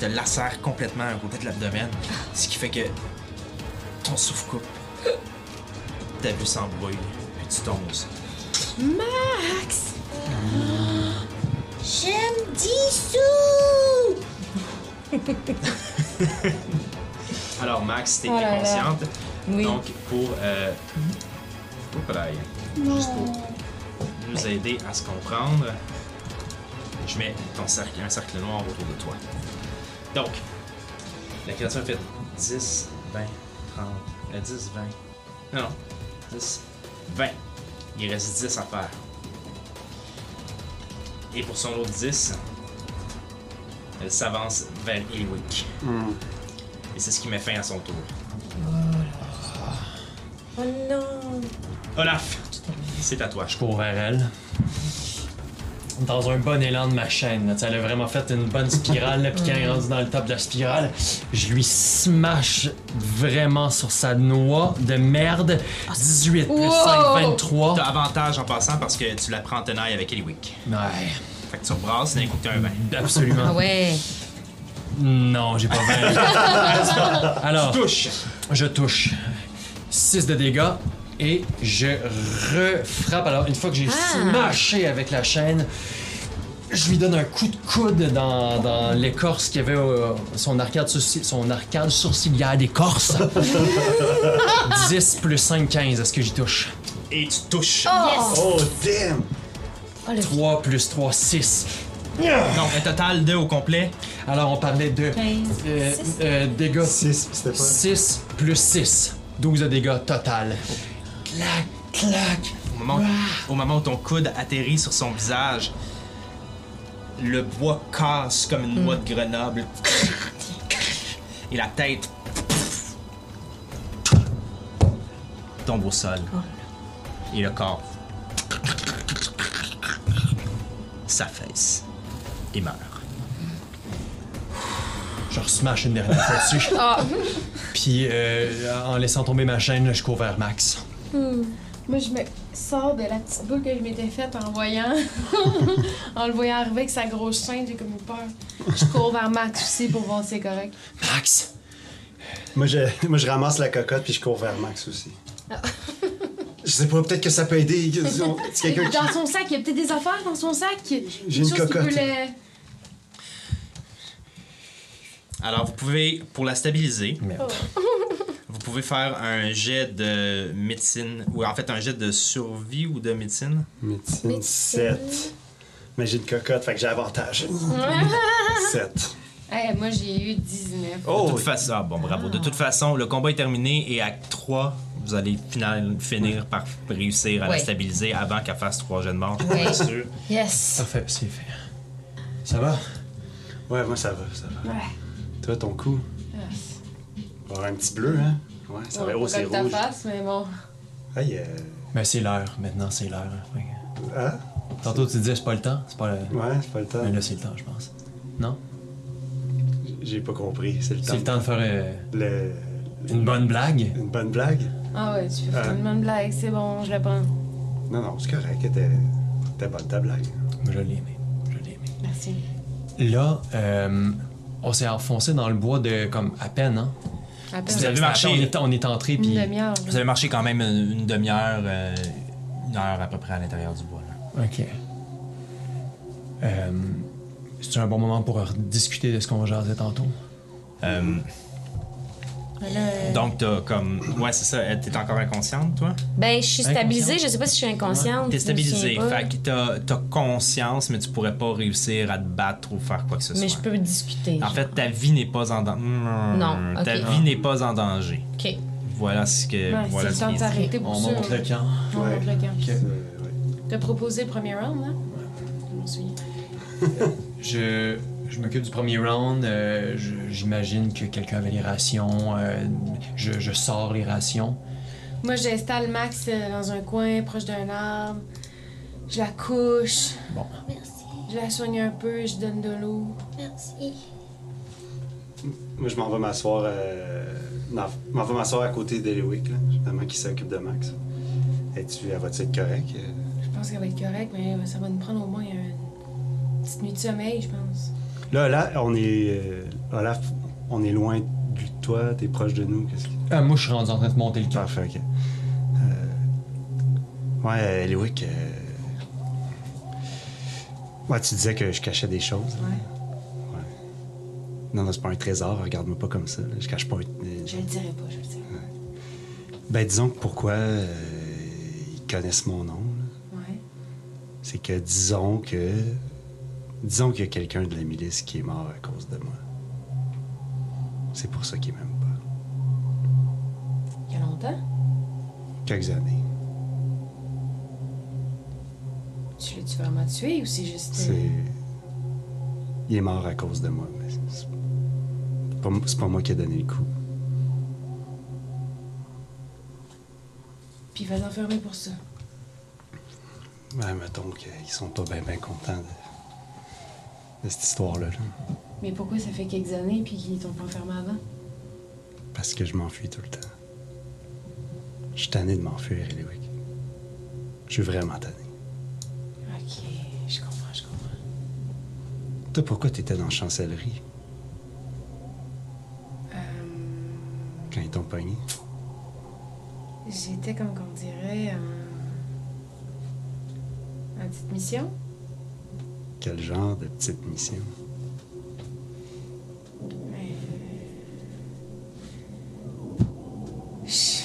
[SPEAKER 1] te lacèrent complètement à côté de l'abdomen, ce qui fait que ton souffle coupe. Ta vue s'embrouille, puis tu tombes.
[SPEAKER 7] Max!
[SPEAKER 3] J'aime 10 sous!
[SPEAKER 1] Alors, Max, t'es
[SPEAKER 3] Oh là là.
[SPEAKER 1] inconsciente.
[SPEAKER 3] Oui.
[SPEAKER 1] Donc, pour. Euh, pour Braille. Juste pour nous aider à se comprendre, je mets ton cercle, un cercle noir autour de toi. Donc, la créature fait 10, 20, 30. euh, 10, 20. Non, non. 10, 20. Il reste 10 à faire. Et pour son autre 10, elle s'avance vers Eliwick. Et c'est ce qui met fin à son tour.
[SPEAKER 3] Oh non!
[SPEAKER 1] Olaf, c'est à toi.
[SPEAKER 4] Je cours vers elle. Dans un bon élan de ma chaîne, là, tu sais, elle a vraiment fait une bonne spirale, là, puis quand elle est rendue dans le top de la spirale, je lui smash vraiment sur sa noix de merde.
[SPEAKER 3] Ah,
[SPEAKER 4] 18 plus 5, 23.
[SPEAKER 1] T'as avantage en passant parce que tu la prends en tenaille avec Eliwick.
[SPEAKER 4] Ouais,
[SPEAKER 1] Fait que tu rebrasses, d'un coup que t'as un 20.
[SPEAKER 3] Ah
[SPEAKER 4] absolument.
[SPEAKER 3] ouais!
[SPEAKER 4] Non, j'ai pas 20. Alors,
[SPEAKER 1] Touche!
[SPEAKER 4] Je touche. 6 de dégâts et je refrappe. Alors, une fois que j'ai smashé avec la chaîne, je lui donne un coup de coude dans, dans l'écorce qu'il y avait, euh, son arcade, sourci- son arcade sourcilière d'écorce. 10 plus 5, 15. Est-ce que j'y touche?
[SPEAKER 1] Et tu touches.
[SPEAKER 2] Oh damn
[SPEAKER 4] 3 plus 3, 6.
[SPEAKER 1] Donc, un total de au complet.
[SPEAKER 4] Alors, on parlait de euh, euh, dégâts
[SPEAKER 2] 6, c'était pas.
[SPEAKER 4] 6 plus 6. 12 de dégâts total. Clac, clac.
[SPEAKER 1] Au moment, où, au moment où ton coude atterrit sur son visage, le bois casse comme une noix de Grenoble. Et la tête tombe au sol. Et le corps s'affaisse et meurt.
[SPEAKER 4] Je smash une dernière fois dessus.
[SPEAKER 7] Ah.
[SPEAKER 4] Puis euh, en laissant tomber ma chaîne, je cours vers Max.
[SPEAKER 7] Moi, je me sors de la petite boule que je m'étais faite en voyant. en le voyant arriver avec sa grosse chaîne, j'ai comme eu peur. Je cours vers Max aussi pour voir si c'est correct.
[SPEAKER 4] Max!
[SPEAKER 2] Moi je, moi, je ramasse la cocotte puis je cours vers Max aussi.
[SPEAKER 5] Ah.
[SPEAKER 2] je sais pas, peut-être que ça peut aider. C'est quelqu'un qui.
[SPEAKER 7] Dans son sac, il y a peut-être des affaires dans son sac.
[SPEAKER 2] J'ai une cocotte.
[SPEAKER 1] Alors, vous pouvez, pour la stabiliser,
[SPEAKER 4] Merde.
[SPEAKER 1] vous pouvez faire un jet de médecine, ou en fait un jet de survie ou de médecine.
[SPEAKER 2] Médecine 7. Mais j'ai une cocotte, fait que j'ai avantage. 7.
[SPEAKER 5] moi, j'ai eu 19.
[SPEAKER 1] de toute façon, ah, bon, bravo. De toute façon, le combat est terminé et à 3, vous allez final, finir par réussir à la
[SPEAKER 3] Ouais.
[SPEAKER 1] stabiliser avant qu'elle fasse 3 jets de mort,
[SPEAKER 3] Ouais.
[SPEAKER 1] bien sûr.
[SPEAKER 3] Yes.
[SPEAKER 4] Parfait, c'est fait. Ça va?
[SPEAKER 2] Ouais, moi ça va, ça va. Toi, ton coup. On va avoir un petit bleu, hein? Ouais, ça va, oh, c'est
[SPEAKER 5] comme ta
[SPEAKER 2] rouge.
[SPEAKER 5] face, mais bon.
[SPEAKER 2] Aïe, euh,
[SPEAKER 4] Ben c'est l'heure, maintenant c'est l'heure. Fait que-
[SPEAKER 2] hein?
[SPEAKER 4] Tantôt tu disais c'est pas le temps, c'est pas le...
[SPEAKER 2] Ouais, c'est pas le temps.
[SPEAKER 4] Mais là c'est le temps, je pense. Non?
[SPEAKER 2] J'ai pas compris, c'est le temps.
[SPEAKER 4] C'est le temps de faire euh,
[SPEAKER 2] Le-
[SPEAKER 4] une bonne blague?
[SPEAKER 2] Une bonne blague?
[SPEAKER 7] Ah ouais, tu peux faire
[SPEAKER 2] Ah.
[SPEAKER 7] une bonne blague, c'est bon, je la prends.
[SPEAKER 2] Non, non, c'est correct, t'es t'es bonne ta blague.
[SPEAKER 4] Moi, Je l'ai aimé. Je l'ai aimé.
[SPEAKER 7] Merci.
[SPEAKER 4] Là, euh, on s'est enfoncé dans le bois de comme à peine, hein?
[SPEAKER 1] Vous avez
[SPEAKER 4] C'était
[SPEAKER 1] marché-
[SPEAKER 4] à peine, On est, on est entré,
[SPEAKER 7] Une
[SPEAKER 4] puis.
[SPEAKER 7] demi-heure.
[SPEAKER 1] Vous avez marché quand même une, une demi-heure, euh, une heure à peu près à l'intérieur du bois. là.
[SPEAKER 4] Ok. Euh, c'est un bon moment pour discuter de ce qu'on jasait tantôt.
[SPEAKER 1] Euh,
[SPEAKER 3] euh,
[SPEAKER 7] Là,
[SPEAKER 1] donc, t'as comme. Ouais, c'est ça. euh, T'es encore inconsciente, toi?
[SPEAKER 3] Ben, je suis stabilisée.
[SPEAKER 4] Inconsciente.
[SPEAKER 3] Je sais pas si je suis inconsciente.
[SPEAKER 1] T'es
[SPEAKER 3] je me souviens
[SPEAKER 1] stabilisé.
[SPEAKER 3] pas.
[SPEAKER 1] Fait que t'as t'as conscience, mais tu pourrais pas réussir à te battre ou faire quoi que ce
[SPEAKER 3] Mais je
[SPEAKER 1] soit.
[SPEAKER 3] peux discuter.
[SPEAKER 1] En fait, ta vie n'est pas en danger.
[SPEAKER 3] Non, ok.
[SPEAKER 1] Ta vie n'est pas en danger.
[SPEAKER 3] OK.
[SPEAKER 1] Voilà ce que.
[SPEAKER 7] ben,
[SPEAKER 1] voilà
[SPEAKER 7] c'est le temps de
[SPEAKER 1] qui est dit.
[SPEAKER 7] s'arrêter pour
[SPEAKER 4] On
[SPEAKER 7] ça.
[SPEAKER 4] monte le camp.
[SPEAKER 7] On monte le camp.
[SPEAKER 2] Euh, ouais.
[SPEAKER 7] T'as proposé le premier round, hein? Je m'en souviens.
[SPEAKER 4] Je, je m'occupe du premier round. euh, je- J'imagine que quelqu'un avait les rations. euh, je, je sors les rations.
[SPEAKER 7] Moi, j'installe Max euh, dans un coin proche d'un arbre. Je la couche, Ah,
[SPEAKER 4] Bon.
[SPEAKER 3] Merci.
[SPEAKER 7] je la soigne un peu, je donne de l'eau.
[SPEAKER 3] Merci.
[SPEAKER 2] Moi, je m'en vais m'asseoir. euh, m'en- m'en vais m'asseoir à côté d'Eliwick, là, justement, qui s'occupe de Max. Es-tu, elle va-tu être correcte? euh?
[SPEAKER 7] Je pense qu'elle va être correcte, mais euh, ça va nous prendre au moins une petite nuit de sommeil, je pense.
[SPEAKER 2] Là, là, on est. euh, Olaf, on est loin de toi, t'es proche de nous. Qu'est-ce que.
[SPEAKER 4] Euh, moi, je suis rendu en train de monter le camp.
[SPEAKER 2] Parfait, ok. Euh, Ouais, euh, Eliwick. euh, Ouais, tu disais que je cachais des choses. là.
[SPEAKER 7] Ouais,
[SPEAKER 2] Non, non, c'est pas un trésor, regarde-moi pas comme ça. là. Je cache pas. un-
[SPEAKER 7] je le dirai pas, je le dirai.
[SPEAKER 2] Ben, disons que pourquoi euh, ils connaissent mon nom, là.
[SPEAKER 7] Ouais.
[SPEAKER 2] c'est que disons que. Disons qu'il y a quelqu'un de la milice qui est mort à cause de moi. C'est pour ça qu'ils m'aiment pas.
[SPEAKER 7] Il y a longtemps?
[SPEAKER 2] Quelques années.
[SPEAKER 7] Tu l'as-tu vraiment tué ou c'est juste. euh,
[SPEAKER 2] C'est. Il est mort à cause de moi, mais c'est- c'est pas, m- c'est pas moi qui ai donné le coup.
[SPEAKER 7] Puis il va l'enfermer pour ça.
[SPEAKER 2] Ouais, mettons qu'ils sont pas bien ben contents de, de cette histoire-là. là.
[SPEAKER 7] Mais pourquoi ça fait quelques années puis qu'ils t'ont pas enfermé avant?
[SPEAKER 2] Parce que je m'enfuis tout le temps. Je suis tanné de m'enfuir, Eliwick. Je suis vraiment tanné.
[SPEAKER 7] Ok, je comprends, je comprends.
[SPEAKER 2] Toi, pourquoi t'étais dans la chancellerie
[SPEAKER 7] Euh,
[SPEAKER 2] quand ils t'ont pogné?
[SPEAKER 7] J'étais comme qu'on dirait en... en petite mission.
[SPEAKER 2] Quel genre de petite mission?
[SPEAKER 7] mais- Je-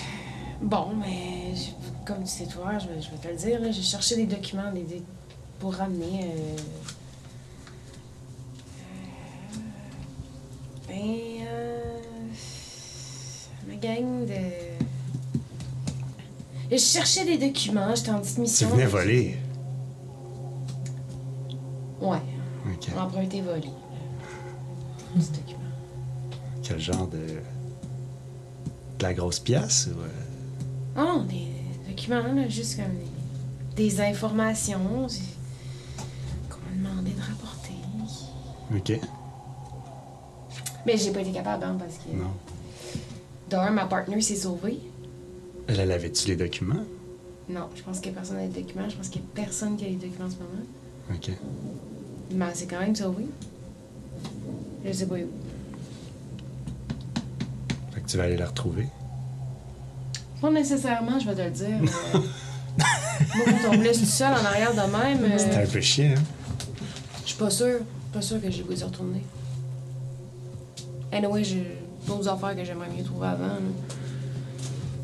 [SPEAKER 7] Bon, mais je- comme tu sais toi, je, vais- je vais te le dire, là, j'ai cherché des documents des- des- pour ramener. euh, euh, Ben, euh, ma gang de. Je cherchais des documents, j'étais en petite
[SPEAKER 2] Tu
[SPEAKER 7] mission.
[SPEAKER 2] venais voler.
[SPEAKER 7] Ouais,
[SPEAKER 2] Ok.
[SPEAKER 5] Emprunter vos livres. Petit document.
[SPEAKER 2] Quel genre de. De la grosse pièce ou. euh,
[SPEAKER 7] Ah, non, des documents, là, juste comme des, des informations c'est- qu'on m'a demandé de rapporter.
[SPEAKER 2] Ok.
[SPEAKER 7] Mais j'ai pas été capable, hein, parce que.
[SPEAKER 2] Non.
[SPEAKER 7] D'un, ma partner s'est sauvée.
[SPEAKER 2] Elle avait-tu les documents?
[SPEAKER 7] Non, je pense que personne n'a les documents. Je pense qu'il y a personne qui a les documents en ce moment.
[SPEAKER 2] Ok.
[SPEAKER 7] Mais c'est quand même sauvée. Je sais pas où.
[SPEAKER 2] Fait que tu vas aller la retrouver.
[SPEAKER 7] Pas nécessairement, je vais te le dire. mais- Moi, quand on me laisse tout seul en arrière de même, euh,
[SPEAKER 2] C'était un peu chiant, hein?
[SPEAKER 7] je suis pas sûre. Pas sûre que j'ai le goût d'y retourner. Anyway, j'ai d'autres affaires que j'aimerais mieux trouver avant. là.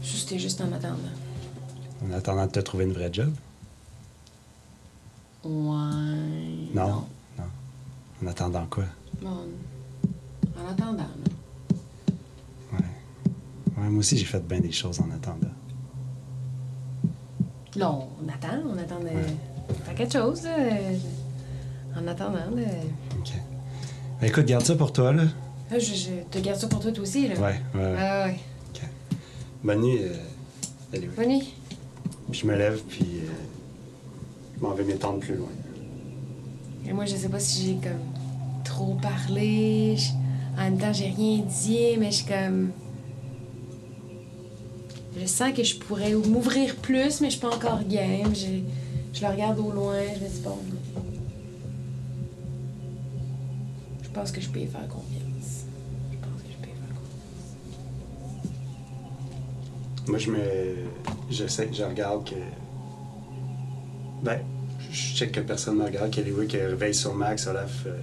[SPEAKER 7] Juste, C'était juste en attendant.
[SPEAKER 2] En attendant de te trouver une vraie job?
[SPEAKER 7] Ouais.
[SPEAKER 2] Non. Non. En attendant quoi?
[SPEAKER 7] Bon. En attendant, là.
[SPEAKER 2] Ouais. Ouais, moi aussi, j'ai fait bien des choses en attendant.
[SPEAKER 7] Non, on attend, on attend de. on attend quelque chose, là. En attendant, là.
[SPEAKER 2] Ok. Ben, écoute, garde ça pour toi, là.
[SPEAKER 7] Là, je, je te garde ça pour toi, toi aussi, là.
[SPEAKER 2] Ouais, ouais. ouais.
[SPEAKER 7] Ah, ouais.
[SPEAKER 2] Bonne nuit. euh, allez, oui.
[SPEAKER 7] Bonne nuit.
[SPEAKER 2] Puis je me lève, puis euh, je m'en vais m'étendre plus loin.
[SPEAKER 7] Et moi, je sais pas si j'ai comme trop parlé. je- En même temps, j'ai rien dit, mais je suis comme. Je sens que je pourrais m'ouvrir plus, mais je suis pas encore game. Je, je le regarde au loin, je me dis bon. Je pense que je peux y faire confiance. Je pense que je peux y faire confiance.
[SPEAKER 2] Moi, je me. Je sais, je regarde que. Ben, je check que personne ne me regarde, qu'elle est oui, qu'elle veille sur Max, Olaf euh,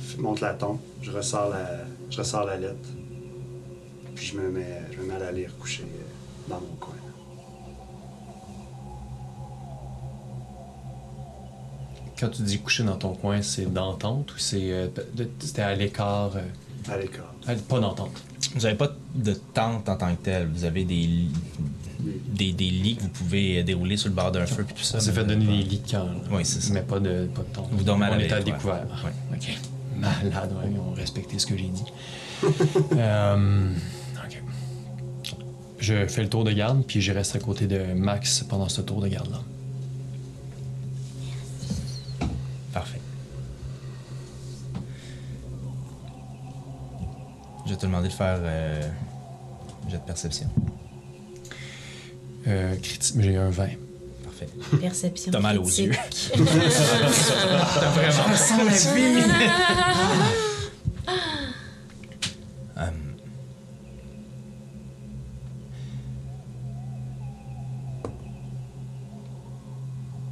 [SPEAKER 2] f- monte la tombe, je ressors la, je ressors la lettre, puis je me mets, je me mets à la lire couchée euh, dans mon coin.
[SPEAKER 4] Quand tu dis coucher dans ton coin, c'est d'entente ou c'est euh, de- c'était à l'écart euh,
[SPEAKER 2] À l'écart.
[SPEAKER 4] à- Pas d'entente.
[SPEAKER 1] Vous n'avez pas de tente en tant que telle. Vous avez des, li- des, des lits que vous pouvez euh, dérouler sur le bord d'un feu puis tout ça.
[SPEAKER 4] On s'est fait
[SPEAKER 1] mais-
[SPEAKER 4] donner des lits de camp. là.
[SPEAKER 1] Oui, c'est ça.
[SPEAKER 4] Mais pas de, pas de tente.
[SPEAKER 1] Vous dormez à la
[SPEAKER 4] On était à
[SPEAKER 1] veille, ouais.
[SPEAKER 4] découvert.
[SPEAKER 1] Ouais.
[SPEAKER 4] Ok. Malade, ouais, ils ont respecté ce que j'ai dit. Euh, ok. Je fais le tour de garde, puis je reste à côté de Max pendant ce tour de garde-là.
[SPEAKER 1] Parfait. Je vais te demander de faire euh, un jet de perception.
[SPEAKER 4] Euh, criti- j'ai un 20.
[SPEAKER 1] Parfait.
[SPEAKER 3] Perception.
[SPEAKER 1] T'as mal aux
[SPEAKER 3] critique.
[SPEAKER 1] yeux. T'as vraiment ça la vie. Hum.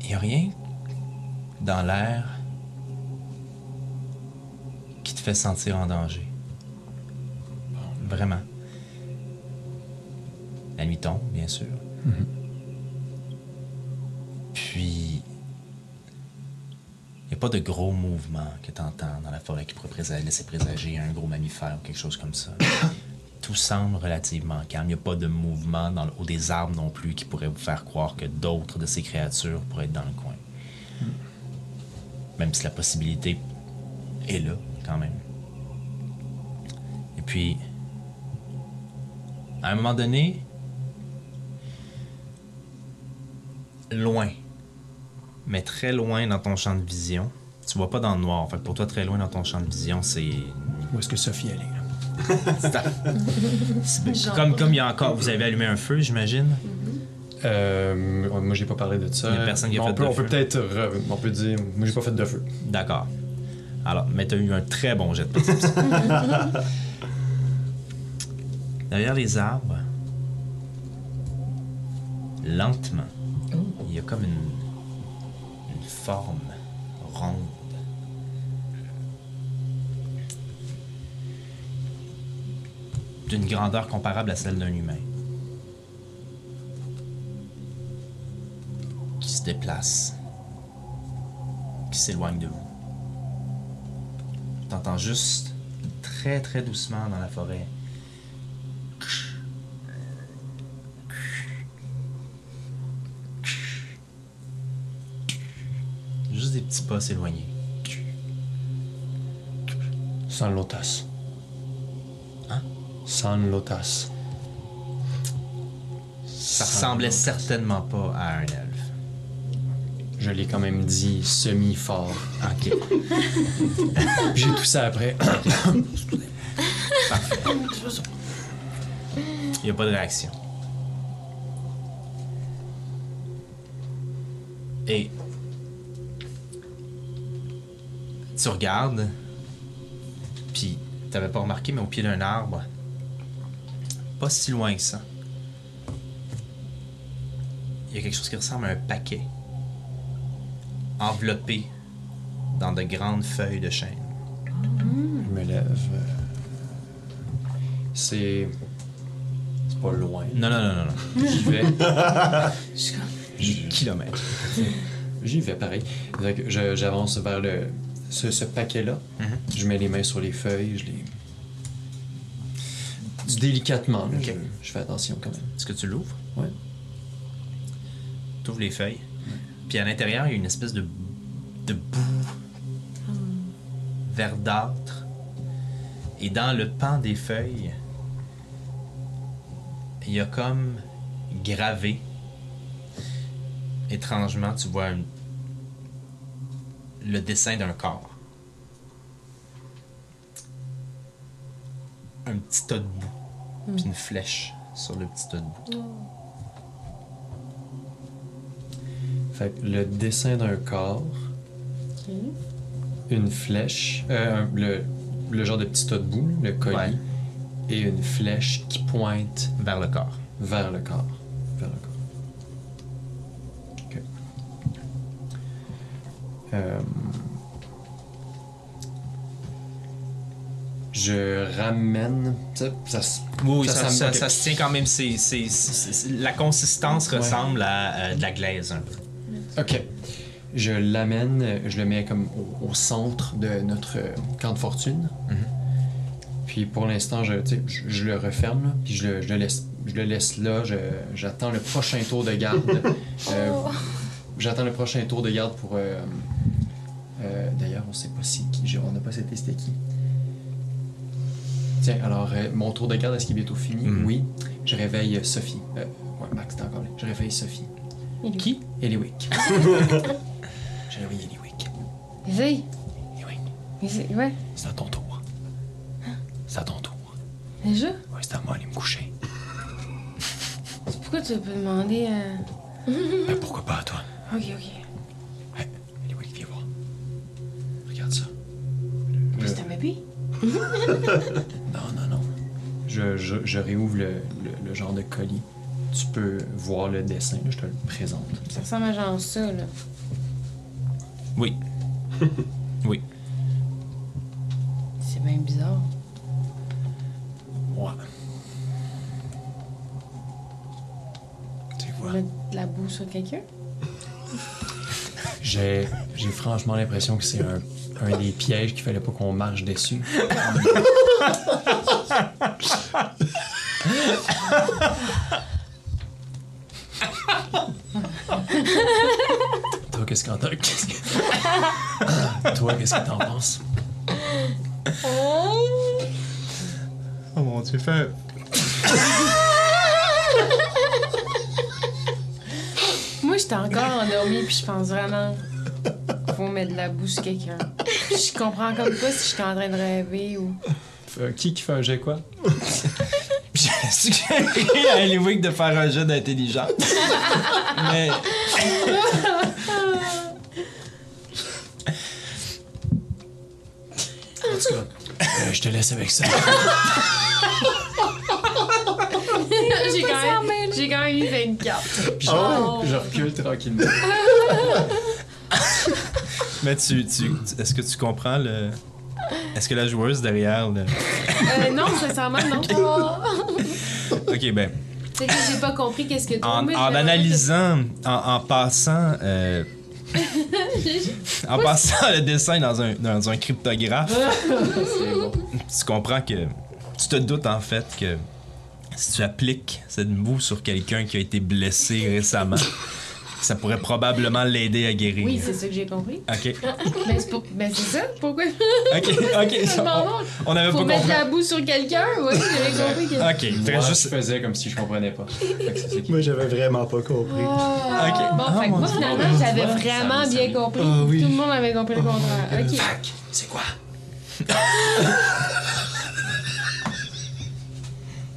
[SPEAKER 1] Il n'y a rien dans l'air qui te fait sentir en danger. Vraiment. La nuit tombe, bien sûr. Puis, il n'y a pas de gros mouvement que tu entends dans la forêt qui pourrait présa- laisser présager un gros mammifère ou quelque chose comme ça. Tout semble relativement calme. Il n'y a pas de mouvement dans le haut des arbres non plus qui pourrait vous faire croire que d'autres de ces créatures pourraient être dans le coin. Même si la possibilité est là, quand même. Et puis, à un moment donné, loin, mais très loin dans ton champ de vision. Tu vois pas dans le noir. Fait que pour toi, très loin dans ton champ de vision, c'est.
[SPEAKER 4] Où est-ce que Sophie allait?
[SPEAKER 1] c'est- comme comme il y a encore, vous avez allumé un feu, j'imagine.
[SPEAKER 4] Euh, moi, j'ai pas parlé de ça.
[SPEAKER 1] Il y a personne qui a
[SPEAKER 4] Mais on
[SPEAKER 1] fait
[SPEAKER 4] peut,
[SPEAKER 1] de
[SPEAKER 4] On peut
[SPEAKER 1] feu.
[SPEAKER 4] peut-être. re- On peut dire. Moi, j'ai pas fait de feu.
[SPEAKER 1] D'accord. Alors, mais t'as eu un très bon jet de perception. Derrière les arbres, lentement, il y a comme une, une forme ronde. D'une grandeur comparable à celle d'un humain. Qui se déplace qui s'éloigne de vous. T'entends juste très très doucement dans la forêt. Juste des petits pas s'éloigner.
[SPEAKER 4] San Lotas. Hein? San Lotas.
[SPEAKER 1] Ça ressemblait certainement pas à un elfe.
[SPEAKER 4] Je l'ai quand même dit semi-fort.
[SPEAKER 1] Ok.
[SPEAKER 4] J'ai tout ça après.
[SPEAKER 1] Il n'y a pas de réaction. Et tu regardes, puis t'avais pas remarqué, mais au pied d'un arbre, pas si loin que ça, il y a quelque chose qui ressemble à un paquet enveloppé dans de grandes feuilles de chêne.
[SPEAKER 4] Je me lève. euh, C'est. C'est pas loin.
[SPEAKER 1] Non, non, non, non, non.
[SPEAKER 4] J'y vais. Je-
[SPEAKER 1] Kilomètres.
[SPEAKER 4] J'y vais pareil. Fait que je- J'avance vers le, ce, ce paquet-là. Je mets les mains sur les feuilles. Je les. Délicatement. là,
[SPEAKER 1] Ok.
[SPEAKER 4] Je, je fais attention quand même.
[SPEAKER 1] Est-ce que tu l'ouvres?
[SPEAKER 4] Ouais.
[SPEAKER 1] Tu ouvres les feuilles. Puis à l'intérieur, il y a une espèce de, de boue verdâtre. Et dans le pan des feuilles, il y a comme gravé. Étrangement, tu vois une- le dessin d'un corps. Un petit tas de boue. Puis une flèche sur le petit tas de boue.
[SPEAKER 4] Fait que le dessin d'un corps. Une flèche. euh, un- le, le genre de petit tas de boue, le colis.
[SPEAKER 1] Ouais.
[SPEAKER 4] Et une flèche qui pointe
[SPEAKER 1] vers le corps.
[SPEAKER 4] vers le corps. Vers le corps. Ok. Euh, Je ramène. Ça, ça, s-
[SPEAKER 1] Oui,
[SPEAKER 4] ça
[SPEAKER 1] ça, ça,
[SPEAKER 4] s'am- ok.
[SPEAKER 1] ça se tient quand même. c'est- c'est- c'est- c'est- la consistance
[SPEAKER 4] Ouais.
[SPEAKER 1] ressemble à euh, de la glaise un peu.
[SPEAKER 4] Ok. Je l'amène, euh, je le mets comme au, au centre de notre euh, camp de fortune. Puis pour l'instant, je, tu sais, je, je le referme, là, puis je le, je le laisse, je le laisse là. je- J'attends le prochain tour de garde. Euh, J'attends le prochain tour de garde pour. euh, euh, D'ailleurs, on sait pas si qui. j'ai- On n'a pas cité c'était qui. Tiens, alors, euh, mon tour de garde, est-ce qu'il est bientôt fini?
[SPEAKER 1] Mhm.
[SPEAKER 4] Oui. Je réveille Sophie. Euh, ouais, Max, t'es encore là. Je réveille Sophie.
[SPEAKER 1] Qui
[SPEAKER 4] Eliwick. J'ai réveillé Eliwick.
[SPEAKER 5] Éveille.
[SPEAKER 4] Eliwick,
[SPEAKER 5] Éveille. Ouais.
[SPEAKER 4] c'est à ton tour. C'est à ton tour.
[SPEAKER 5] Déjà?
[SPEAKER 4] Ouais, c'est à moi d'aller me coucher.
[SPEAKER 5] Pourquoi tu veux pas demander euh,
[SPEAKER 4] Ben, pourquoi pas à toi?
[SPEAKER 5] Ok, ok.
[SPEAKER 4] Hey, Eliwick, viens voir. Regarde ça. Je-
[SPEAKER 5] C'est un bébé?
[SPEAKER 4] Non, non, non. Je, je, je réouvre le, le- le genre de colis. Tu peux voir le dessin, là, je te le présente.
[SPEAKER 5] Ça ressemble à genre ça, là.
[SPEAKER 1] Oui. oui.
[SPEAKER 5] C'est bien bizarre.
[SPEAKER 4] Ouais.
[SPEAKER 6] Tu vois.
[SPEAKER 5] Mettre de la boue sur quelqu'un?
[SPEAKER 4] J'ai j'ai franchement l'impression que c'est un, un des pièges qu'il fallait pas qu'on marche dessus. Toi, qu'est-ce qu'en t'as- qu'est-ce que- Toi, qu'est-ce que t'en penses?
[SPEAKER 1] Oh mon dieu, fais.
[SPEAKER 5] Moi, j'étais encore endormie, puis je pense vraiment qu'il faut mettre de la boue sur quelqu'un. Je comprends comme pas si j'étais en train de rêver ou.
[SPEAKER 4] Euh, qui qui fait un jet quoi?
[SPEAKER 1] J'ai suggéré à Eliwick de faire un jeu d'intelligence. Mais.
[SPEAKER 6] En tout cas, euh, je te laisse avec ça.
[SPEAKER 5] J'ai quand, même... j'ai quand même eu 24.
[SPEAKER 4] Je, je recule tranquillement.
[SPEAKER 1] Mais tu. tu- tu- Est-ce que tu comprends le. Est-ce que la joueuse derrière le.
[SPEAKER 5] Euh, non, sincèrement, non.
[SPEAKER 1] Ok, ben.
[SPEAKER 5] C'est que j'ai pas compris qu'est-ce que tu
[SPEAKER 1] En,
[SPEAKER 5] mais je
[SPEAKER 1] en
[SPEAKER 5] l'avais-
[SPEAKER 1] analysant, en, en passant. euh, en passant le dessin dans un, dans un cryptographe,
[SPEAKER 4] C'est bon.
[SPEAKER 1] tu comprends que. Tu te doutes en fait que si tu appliques cette boue sur quelqu'un qui a été blessé récemment, Ça pourrait probablement l'aider à guérir.
[SPEAKER 5] Oui, c'est ça que j'ai compris.
[SPEAKER 1] Ok,
[SPEAKER 5] Mais c'est pour- mais c'est ça, pourquoi
[SPEAKER 1] Euh, ok, ok.
[SPEAKER 5] Je
[SPEAKER 1] ça-
[SPEAKER 5] m'en vais.
[SPEAKER 1] on n'avait pas
[SPEAKER 5] Faut mettre
[SPEAKER 1] compris.
[SPEAKER 5] la boue sur quelqu'un, ouais, j'avais compris que...
[SPEAKER 1] Ok, il te
[SPEAKER 4] Moi,
[SPEAKER 1] reste
[SPEAKER 4] je
[SPEAKER 1] juste.
[SPEAKER 4] faisais comme si je comprenais pas. Fait que c'est ça qui-
[SPEAKER 2] Moi, j'avais vraiment pas compris.
[SPEAKER 1] Ok.
[SPEAKER 5] Bon,
[SPEAKER 1] Ah,
[SPEAKER 5] fait que
[SPEAKER 1] mon
[SPEAKER 5] moi,
[SPEAKER 1] Dieu.
[SPEAKER 5] finalement, j'avais
[SPEAKER 1] Ça
[SPEAKER 5] vraiment
[SPEAKER 1] me
[SPEAKER 5] bien
[SPEAKER 1] semble.
[SPEAKER 5] compris.
[SPEAKER 2] Ah oui. Ah
[SPEAKER 5] Tout le monde avait compris le contraire.
[SPEAKER 2] God.
[SPEAKER 5] Ok.
[SPEAKER 1] C'est quoi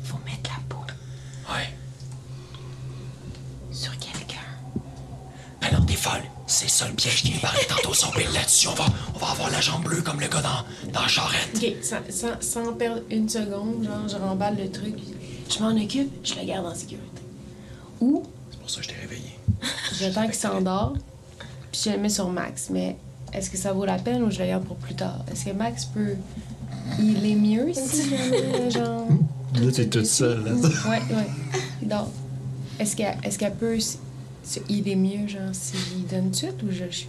[SPEAKER 3] Faut mettre la peau
[SPEAKER 1] Ouais.
[SPEAKER 3] sur quelqu'un.
[SPEAKER 1] Ben non, t'es folle. C'est ça le piège qui nous paraît tantôt sombrer là-dessus. On va, on va avoir la jambe bleue comme le gars dans, dans Charrette.
[SPEAKER 7] Ok, sans, sans- sans perdre une seconde, genre, je remballe le truc. Je m'en occupe, je le garde en sécurité. Ou,
[SPEAKER 6] C'est pour ça que je t'ai réveillé.
[SPEAKER 7] j'attends qu'il s'endort, puis je le mets sur Max. Mais est-ce que ça vaut la peine ou je le garde pour plus tard? Est-ce que Max peut. Il est mieux si jamais, genre.
[SPEAKER 2] Là, t'es toute seule. là.
[SPEAKER 7] Ouais, ouais. Il dort. Est-ce qu'elle est qu'elle peut. s- se- il est mieux, genre, s'il donne tout de suite ou je le suis?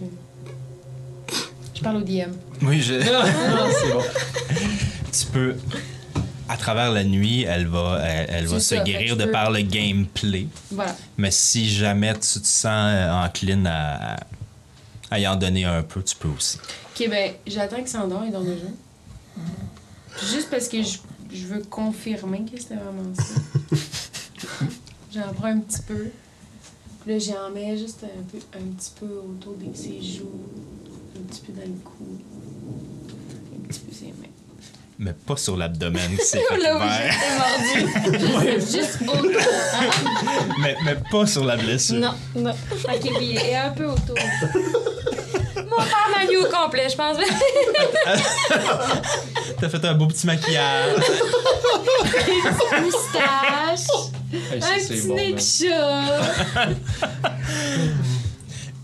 [SPEAKER 7] Je parle au DM.
[SPEAKER 1] Oui, je.
[SPEAKER 4] Non, c'est bon.
[SPEAKER 1] tu peux. À travers la nuit, elle va, elle, elle va se
[SPEAKER 7] C'est ça, fait
[SPEAKER 1] guérir
[SPEAKER 7] que
[SPEAKER 1] de
[SPEAKER 7] je peux-
[SPEAKER 1] par le gameplay.
[SPEAKER 7] Voilà.
[SPEAKER 1] Mais si jamais tu te sens euh, encline à, à y en donner un peu, tu peux aussi.
[SPEAKER 7] Ok, ben, j'attends qu'il s'endort, il dort déjà. Puis Juste parce que je, je veux confirmer que c'était vraiment ça. J'en prends un petit peu. Puis Là, j'en mets juste un, peu, un petit peu autour de ses joues, un petit peu dans le cou, un petit peu ses mains.
[SPEAKER 1] Mais pas sur l'abdomen qui s'est fait ouvert.
[SPEAKER 5] Juste autour.
[SPEAKER 1] mais, mais pas sur la blessure.
[SPEAKER 3] Non, non.
[SPEAKER 5] Ok, oui, et un peu autour.
[SPEAKER 3] Mon père m'a mis au complet, je pense.
[SPEAKER 1] T'as fait un beau petit maquillage.
[SPEAKER 5] Moustache,
[SPEAKER 4] Hey, ça,
[SPEAKER 5] un
[SPEAKER 4] c'est
[SPEAKER 5] petit
[SPEAKER 4] bon, hein.
[SPEAKER 5] nez de
[SPEAKER 4] man.
[SPEAKER 5] chat.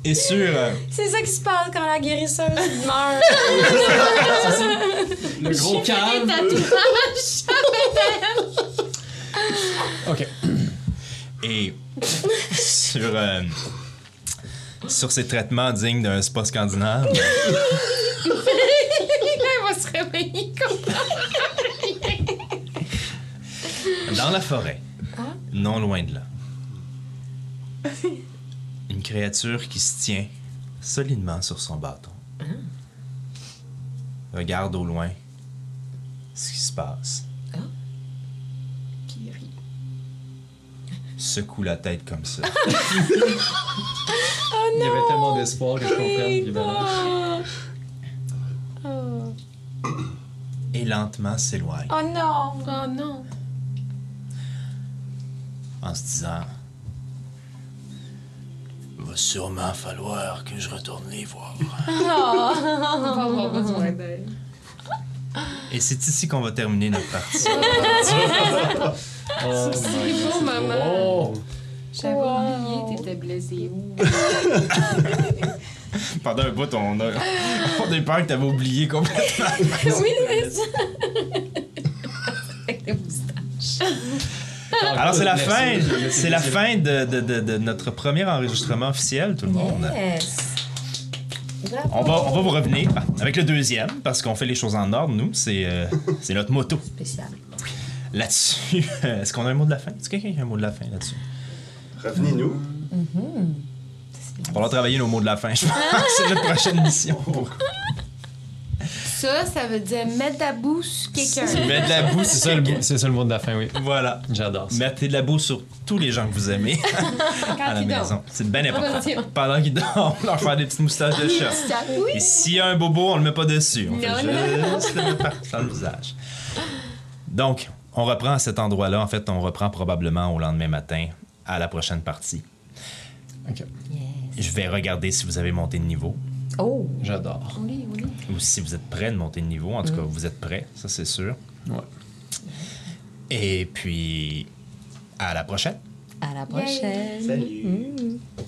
[SPEAKER 1] Et sur. euh,
[SPEAKER 3] C'est ça qui se passe quand la guérisseuse meurt.
[SPEAKER 4] Le gros
[SPEAKER 5] Un
[SPEAKER 4] calme.
[SPEAKER 5] tatouage.
[SPEAKER 4] Ok.
[SPEAKER 1] Et sur, euh, sur ces traitements dignes d'un spa scandinave,
[SPEAKER 5] Il va se réveiller comme
[SPEAKER 1] dans la forêt, non loin de là, une créature qui se tient solidement sur son bâton regarde au loin ce qui se passe,
[SPEAKER 7] Puis il rit.
[SPEAKER 1] secoue la tête comme ça.
[SPEAKER 4] Il y avait tellement d'espoir que je comprenne. évidemment.
[SPEAKER 1] et lentement s'éloigne
[SPEAKER 3] Oh non!
[SPEAKER 7] Oh non!
[SPEAKER 1] en se disant Va sûrement falloir que je retourne les voir.
[SPEAKER 7] Oh
[SPEAKER 5] ben.
[SPEAKER 1] Et c'est ici qu'on va terminer notre partie.
[SPEAKER 4] Oh my
[SPEAKER 7] C'est beau, maman! Oh.
[SPEAKER 4] Oh.
[SPEAKER 5] J'avais oublié, t'étais blessée.
[SPEAKER 1] Pendant un bout, on a, on a eu peur que t'avais oublié complètement.
[SPEAKER 3] Oui, c'est ça.
[SPEAKER 1] Alors, c'est la
[SPEAKER 4] Merci.
[SPEAKER 1] fin,
[SPEAKER 4] Je vais
[SPEAKER 1] c'est la fin de, de- de- de notre premier enregistrement officiel, tout le monde.
[SPEAKER 3] Yes. Bravo.
[SPEAKER 1] On va, on va vous revenir avec le deuxième, parce qu'on fait les choses en ordre, nous. C'est euh, c'est notre moto.
[SPEAKER 3] Spécial.
[SPEAKER 1] Là-dessus, euh, est-ce qu'on a un mot de la fin? Est-ce que quelqu'un a un mot de la fin là-dessus?
[SPEAKER 2] hein. Revenez-nous.
[SPEAKER 1] On va leur travailler nos mots de la fin, je pense. c'est notre prochaine mission.
[SPEAKER 4] Oh,
[SPEAKER 1] Pour...
[SPEAKER 7] Ça, ça veut dire mettre ta boue sur quelqu'un.
[SPEAKER 1] Mettre de la boue, c'est ça le mot.
[SPEAKER 4] C'est ça le mot de la fin, oui.
[SPEAKER 1] Voilà.
[SPEAKER 4] J'adore ça.
[SPEAKER 1] Mettez de la boue sur tous les gens que vous aimez à la maison. C'est bien important. Pendant qu'ils dorment, leur faire des petites moustaches de chat. Et s'il y a un bobo, on le met pas dessus. On fait juste le mettre par- dans le visage. Donc, on reprend à cet endroit-là. En fait, on reprend probablement au lendemain matin à la prochaine partie.
[SPEAKER 4] Ok.
[SPEAKER 1] Je vais regarder si vous avez monté de niveau
[SPEAKER 3] Oh!
[SPEAKER 4] J'adore.
[SPEAKER 1] ou si vous êtes prêt de monter de niveau. En tout cas, vous êtes prêt, ça c'est sûr.
[SPEAKER 4] Ouais.
[SPEAKER 1] Et puis, à la prochaine.
[SPEAKER 3] À la prochaine!
[SPEAKER 2] Salut.